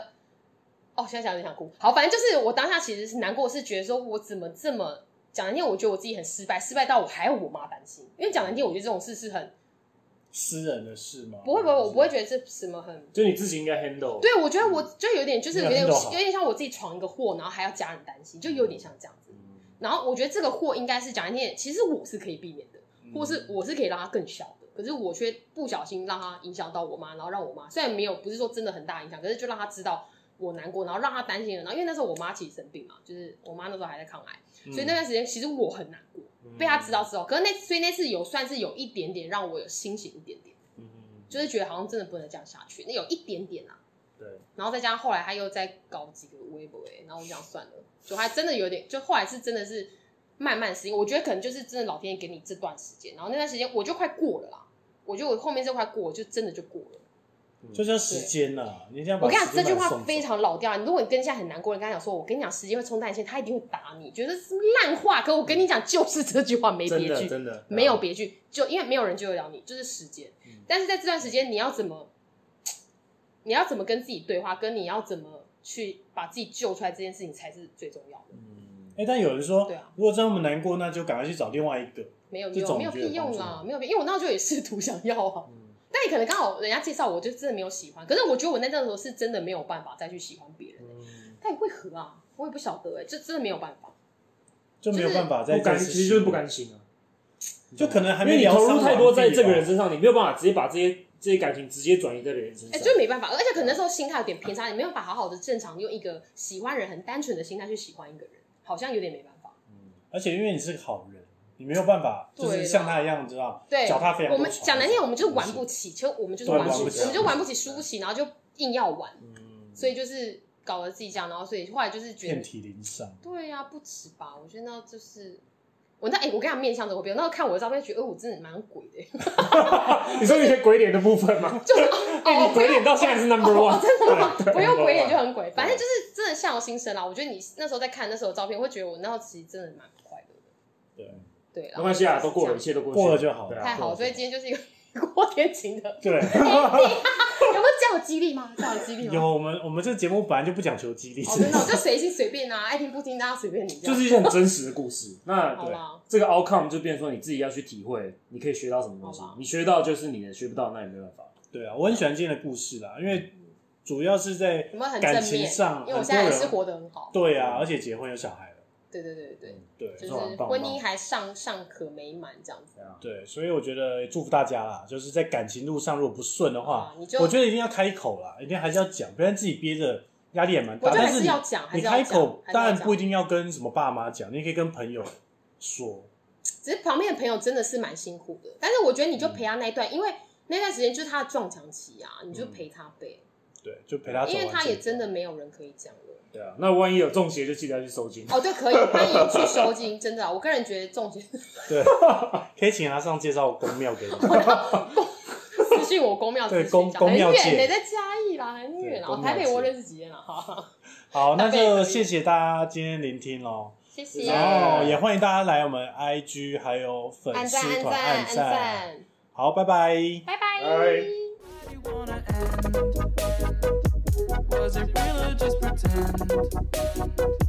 [SPEAKER 4] 哦，现在想有点想哭。好，反正就是我当下其实是难过，是觉得说我怎么这么讲难听，我觉得我自己很失败，失败到我还要我妈担心。因为讲难听，我觉得这种事是很
[SPEAKER 2] 私人的事吗？
[SPEAKER 4] 不会不会，我不会觉得这什么很
[SPEAKER 2] 哦
[SPEAKER 3] 就你自己应该 handle。
[SPEAKER 4] 对，我觉得我就有点就是有点
[SPEAKER 2] 嗯那很好
[SPEAKER 4] 有点像我自己闯一个祸，然后还要家人担心，就有点像这样
[SPEAKER 2] 嗯
[SPEAKER 4] 子。然后我觉得这个祸应该是讲一点，其实我是可以避免的，
[SPEAKER 2] 嗯，
[SPEAKER 4] 或是我是可以让它更小的，可是我却不小心让它影响到我妈，然后让我妈虽然没有不是说真的很大影响，可是就让她知道我难过，然后让她担心了。然后因为那时候我妈其实生病嘛，就是我妈那时候还在抗癌，
[SPEAKER 2] 嗯
[SPEAKER 4] 所以那段时间其实我很难过，被她知道之后，可是那所以那次有算是有一点点让我有清醒一点点，
[SPEAKER 3] 嗯，
[SPEAKER 4] 就是觉得好像真的不能这样下去，那有一点点啊。
[SPEAKER 3] 对，
[SPEAKER 4] 然后再加上后来他又再搞几个微博，哎然后我就想算了，就还真的有点，就后来是真的是慢慢适应。我觉得可能就是真的老天爷给你这段时间，然后那段时间我就快过了啦，我觉得我后面这块过就真的就过了。
[SPEAKER 2] 就叫时间呐。你这样把
[SPEAKER 4] 我跟你讲
[SPEAKER 2] 时
[SPEAKER 4] 这
[SPEAKER 2] 间
[SPEAKER 4] 句
[SPEAKER 2] 把它
[SPEAKER 4] 话
[SPEAKER 2] 送走
[SPEAKER 4] 非常老掉啊牙，如果你跟现在很难过的人跟他讲说，我跟你讲时间会冲淡一切，他一定会打你，觉得是烂话。可我跟你讲就是这句话没
[SPEAKER 3] 真
[SPEAKER 4] 别
[SPEAKER 3] 的
[SPEAKER 4] 句，
[SPEAKER 3] 真的啊
[SPEAKER 4] 没
[SPEAKER 2] 嗯
[SPEAKER 4] 有别句，就因为没有人救得了你，就是时间。但是在这段时间，你要怎么，你要怎么跟自己对话，跟你要怎么去把自己救出来，这件事情才是最重要
[SPEAKER 3] 嗯
[SPEAKER 4] 的。
[SPEAKER 2] 哎、但有人说，
[SPEAKER 4] 对啊
[SPEAKER 2] 如果真的那么难过，那就赶快去找另外一个。
[SPEAKER 4] 没有
[SPEAKER 2] 这种
[SPEAKER 4] 用，没有
[SPEAKER 2] 你觉得
[SPEAKER 4] 屁用
[SPEAKER 2] 帮助嗯
[SPEAKER 4] 啦
[SPEAKER 2] 吗，
[SPEAKER 4] 没有屁，因为我那时候也试图想要啊，但也可能刚好人家介绍我，就真的没有喜欢。可是我觉得我那阵时候是真的没有办法再去喜欢别人，
[SPEAKER 2] 嗯
[SPEAKER 4] 但也为何啊？我也不晓得哎、就真的没有办法。
[SPEAKER 2] 就没有办法再
[SPEAKER 3] 不甘，
[SPEAKER 2] 再次
[SPEAKER 3] 其实就是不甘心啊，
[SPEAKER 2] 就可能还
[SPEAKER 3] 因
[SPEAKER 2] 没
[SPEAKER 3] 为你
[SPEAKER 2] 疗
[SPEAKER 3] 投
[SPEAKER 2] 伤
[SPEAKER 3] 入
[SPEAKER 2] 完
[SPEAKER 3] 太多在
[SPEAKER 2] 毕
[SPEAKER 3] 这个人
[SPEAKER 2] 吧
[SPEAKER 3] 身上，你没有办法直接把这些这些感情直接转移在别人身
[SPEAKER 2] 啊
[SPEAKER 4] 哎、
[SPEAKER 3] 上。
[SPEAKER 4] 就没办法，而且可能那时候心态有点偏差，你没有办法好好的正常用一个喜欢人很单纯的心态去喜欢一个人，好像有点没办法。
[SPEAKER 2] 而且因为你是个好人，你没有办法就
[SPEAKER 4] 对
[SPEAKER 2] 是
[SPEAKER 4] 啦
[SPEAKER 2] 像他一样，你知道，
[SPEAKER 4] 对，
[SPEAKER 2] 脚踏非常
[SPEAKER 4] 我
[SPEAKER 2] 多
[SPEAKER 4] 们
[SPEAKER 2] 船
[SPEAKER 4] 讲难听，我们就是玩不起，其实我们就是玩
[SPEAKER 3] 对玩
[SPEAKER 4] 不
[SPEAKER 3] 不
[SPEAKER 4] 起，
[SPEAKER 3] 起啊嗯
[SPEAKER 4] 我们就玩不起，输不起，然后就硬要玩，所以就是搞得自己这样，然后所以后来就是
[SPEAKER 2] 嗯
[SPEAKER 4] 觉
[SPEAKER 2] 遍
[SPEAKER 4] 得，
[SPEAKER 2] 体鳞伤。
[SPEAKER 4] 对呀、不止吧？我觉得那就是我那哎、我跟他面相的我，比如那时候看我的照片，觉得、呃我真的蛮鬼的、
[SPEAKER 3] 你说你的鬼脸的部分 吗？
[SPEAKER 4] 就是
[SPEAKER 3] 哎，
[SPEAKER 4] 哦
[SPEAKER 3] 你鬼脸到现 在是 number one，
[SPEAKER 4] 真的吗？不用鬼脸就
[SPEAKER 3] 很
[SPEAKER 4] 很鬼，反正就是真的相由心生啦。我觉得你那时候在看那时候的照片，会觉得我那时候其实真的蛮不快乐的。
[SPEAKER 2] 对，
[SPEAKER 4] 对啦，
[SPEAKER 3] 没关系啊，都过了，一
[SPEAKER 4] 就是
[SPEAKER 3] 切都过去
[SPEAKER 2] 过了就好
[SPEAKER 3] 对
[SPEAKER 4] 这
[SPEAKER 3] 啊
[SPEAKER 4] 样太好了，
[SPEAKER 3] 过
[SPEAKER 4] 所
[SPEAKER 3] 了
[SPEAKER 4] 以今天就是一个 郭天晴的，
[SPEAKER 2] 对，
[SPEAKER 4] 有没有这样有激励吗？这样有激励吗？
[SPEAKER 2] 有我们我们这个节目本来就不讲求激励，
[SPEAKER 4] 哦，真的哦，就随心随便啊，爱听不听大家随便你这
[SPEAKER 3] 就
[SPEAKER 4] 样。
[SPEAKER 3] 是一些很真实的故事。那
[SPEAKER 4] 好
[SPEAKER 3] 对
[SPEAKER 4] 啦
[SPEAKER 3] 这个 outcome 就变成说你自己要去体会，你可以学到什么东西
[SPEAKER 4] 好吧，
[SPEAKER 3] 你学到就是你的，学不到那也没办法。
[SPEAKER 2] 对啊，我很喜欢今天的故事啦，因为主要是在
[SPEAKER 4] 有没有很正
[SPEAKER 2] 感情
[SPEAKER 4] 面？
[SPEAKER 2] 上，
[SPEAKER 4] 因为我
[SPEAKER 2] 很
[SPEAKER 4] 现
[SPEAKER 2] 多
[SPEAKER 4] 在还是
[SPEAKER 2] 人
[SPEAKER 4] 活得很好。
[SPEAKER 2] 对啊，而且结婚有小孩了，
[SPEAKER 4] 对对对对
[SPEAKER 2] 对
[SPEAKER 4] 对，
[SPEAKER 3] 不
[SPEAKER 4] 就
[SPEAKER 3] 错
[SPEAKER 4] 是
[SPEAKER 3] 很棒
[SPEAKER 4] 婚
[SPEAKER 3] 很
[SPEAKER 4] 姻
[SPEAKER 3] 棒
[SPEAKER 4] 还尚尚可美满这样子。
[SPEAKER 3] 对啊，
[SPEAKER 2] 对，所以我觉得也祝福大家啦，就是在感情路上如果不顺的话
[SPEAKER 4] 啊，你就
[SPEAKER 2] 我觉得一定要开口啦，一定还是要讲，不然自己憋着压力也蛮
[SPEAKER 4] 我
[SPEAKER 2] 大。
[SPEAKER 4] 觉得
[SPEAKER 2] 啊但
[SPEAKER 4] 还是
[SPEAKER 2] 你
[SPEAKER 4] 要讲，还
[SPEAKER 2] 你
[SPEAKER 4] 是要
[SPEAKER 2] 开
[SPEAKER 4] 讲
[SPEAKER 2] 口，
[SPEAKER 4] 还是要讲
[SPEAKER 2] 当然不一定要跟什么爸妈讲，你也可以跟朋友说。
[SPEAKER 4] 只是旁边的朋友真的是蛮辛苦的，
[SPEAKER 2] 嗯
[SPEAKER 4] 但是我觉得你就陪他那一段，因为那段时间就是他的撞墙期啊，你就陪他呗。
[SPEAKER 2] 对，就陪嗯他走
[SPEAKER 4] 因
[SPEAKER 2] 完
[SPEAKER 4] 为他也
[SPEAKER 2] 这一
[SPEAKER 4] 真的没有人可以讲了。
[SPEAKER 3] 对啊，那万一有中邪，就记得要去收 金。
[SPEAKER 4] 哦，对，可以，欢迎去收金，真的啊，我个人觉得中邪
[SPEAKER 2] 对， 可以请他上介绍公庙 给你。
[SPEAKER 4] 私信我公庙
[SPEAKER 2] 对
[SPEAKER 4] 咨询
[SPEAKER 2] 公
[SPEAKER 4] 一下
[SPEAKER 2] 公
[SPEAKER 4] 很
[SPEAKER 2] 庙
[SPEAKER 4] 远
[SPEAKER 2] 界
[SPEAKER 4] 呢，在嘉义啦，很
[SPEAKER 2] 对
[SPEAKER 4] 远啊，
[SPEAKER 2] 公庙
[SPEAKER 4] 台北我
[SPEAKER 2] 界
[SPEAKER 4] 认识几天了，哈哈，
[SPEAKER 2] 好，那
[SPEAKER 4] 那可以可
[SPEAKER 2] 就
[SPEAKER 4] 以
[SPEAKER 2] 谢谢大家今天聆听哦喽，
[SPEAKER 4] 谢谢，
[SPEAKER 2] 然后哦也欢迎大家来我们 IG 还有粉
[SPEAKER 4] 按赞
[SPEAKER 2] 丝
[SPEAKER 4] 按
[SPEAKER 2] 团
[SPEAKER 4] 赞
[SPEAKER 2] 按
[SPEAKER 4] 按
[SPEAKER 2] 赞。
[SPEAKER 4] 赞，
[SPEAKER 2] 好，拜拜。
[SPEAKER 4] 拜
[SPEAKER 3] 拜
[SPEAKER 4] 拜。
[SPEAKER 1] you wanna end? Was it real or just pretend?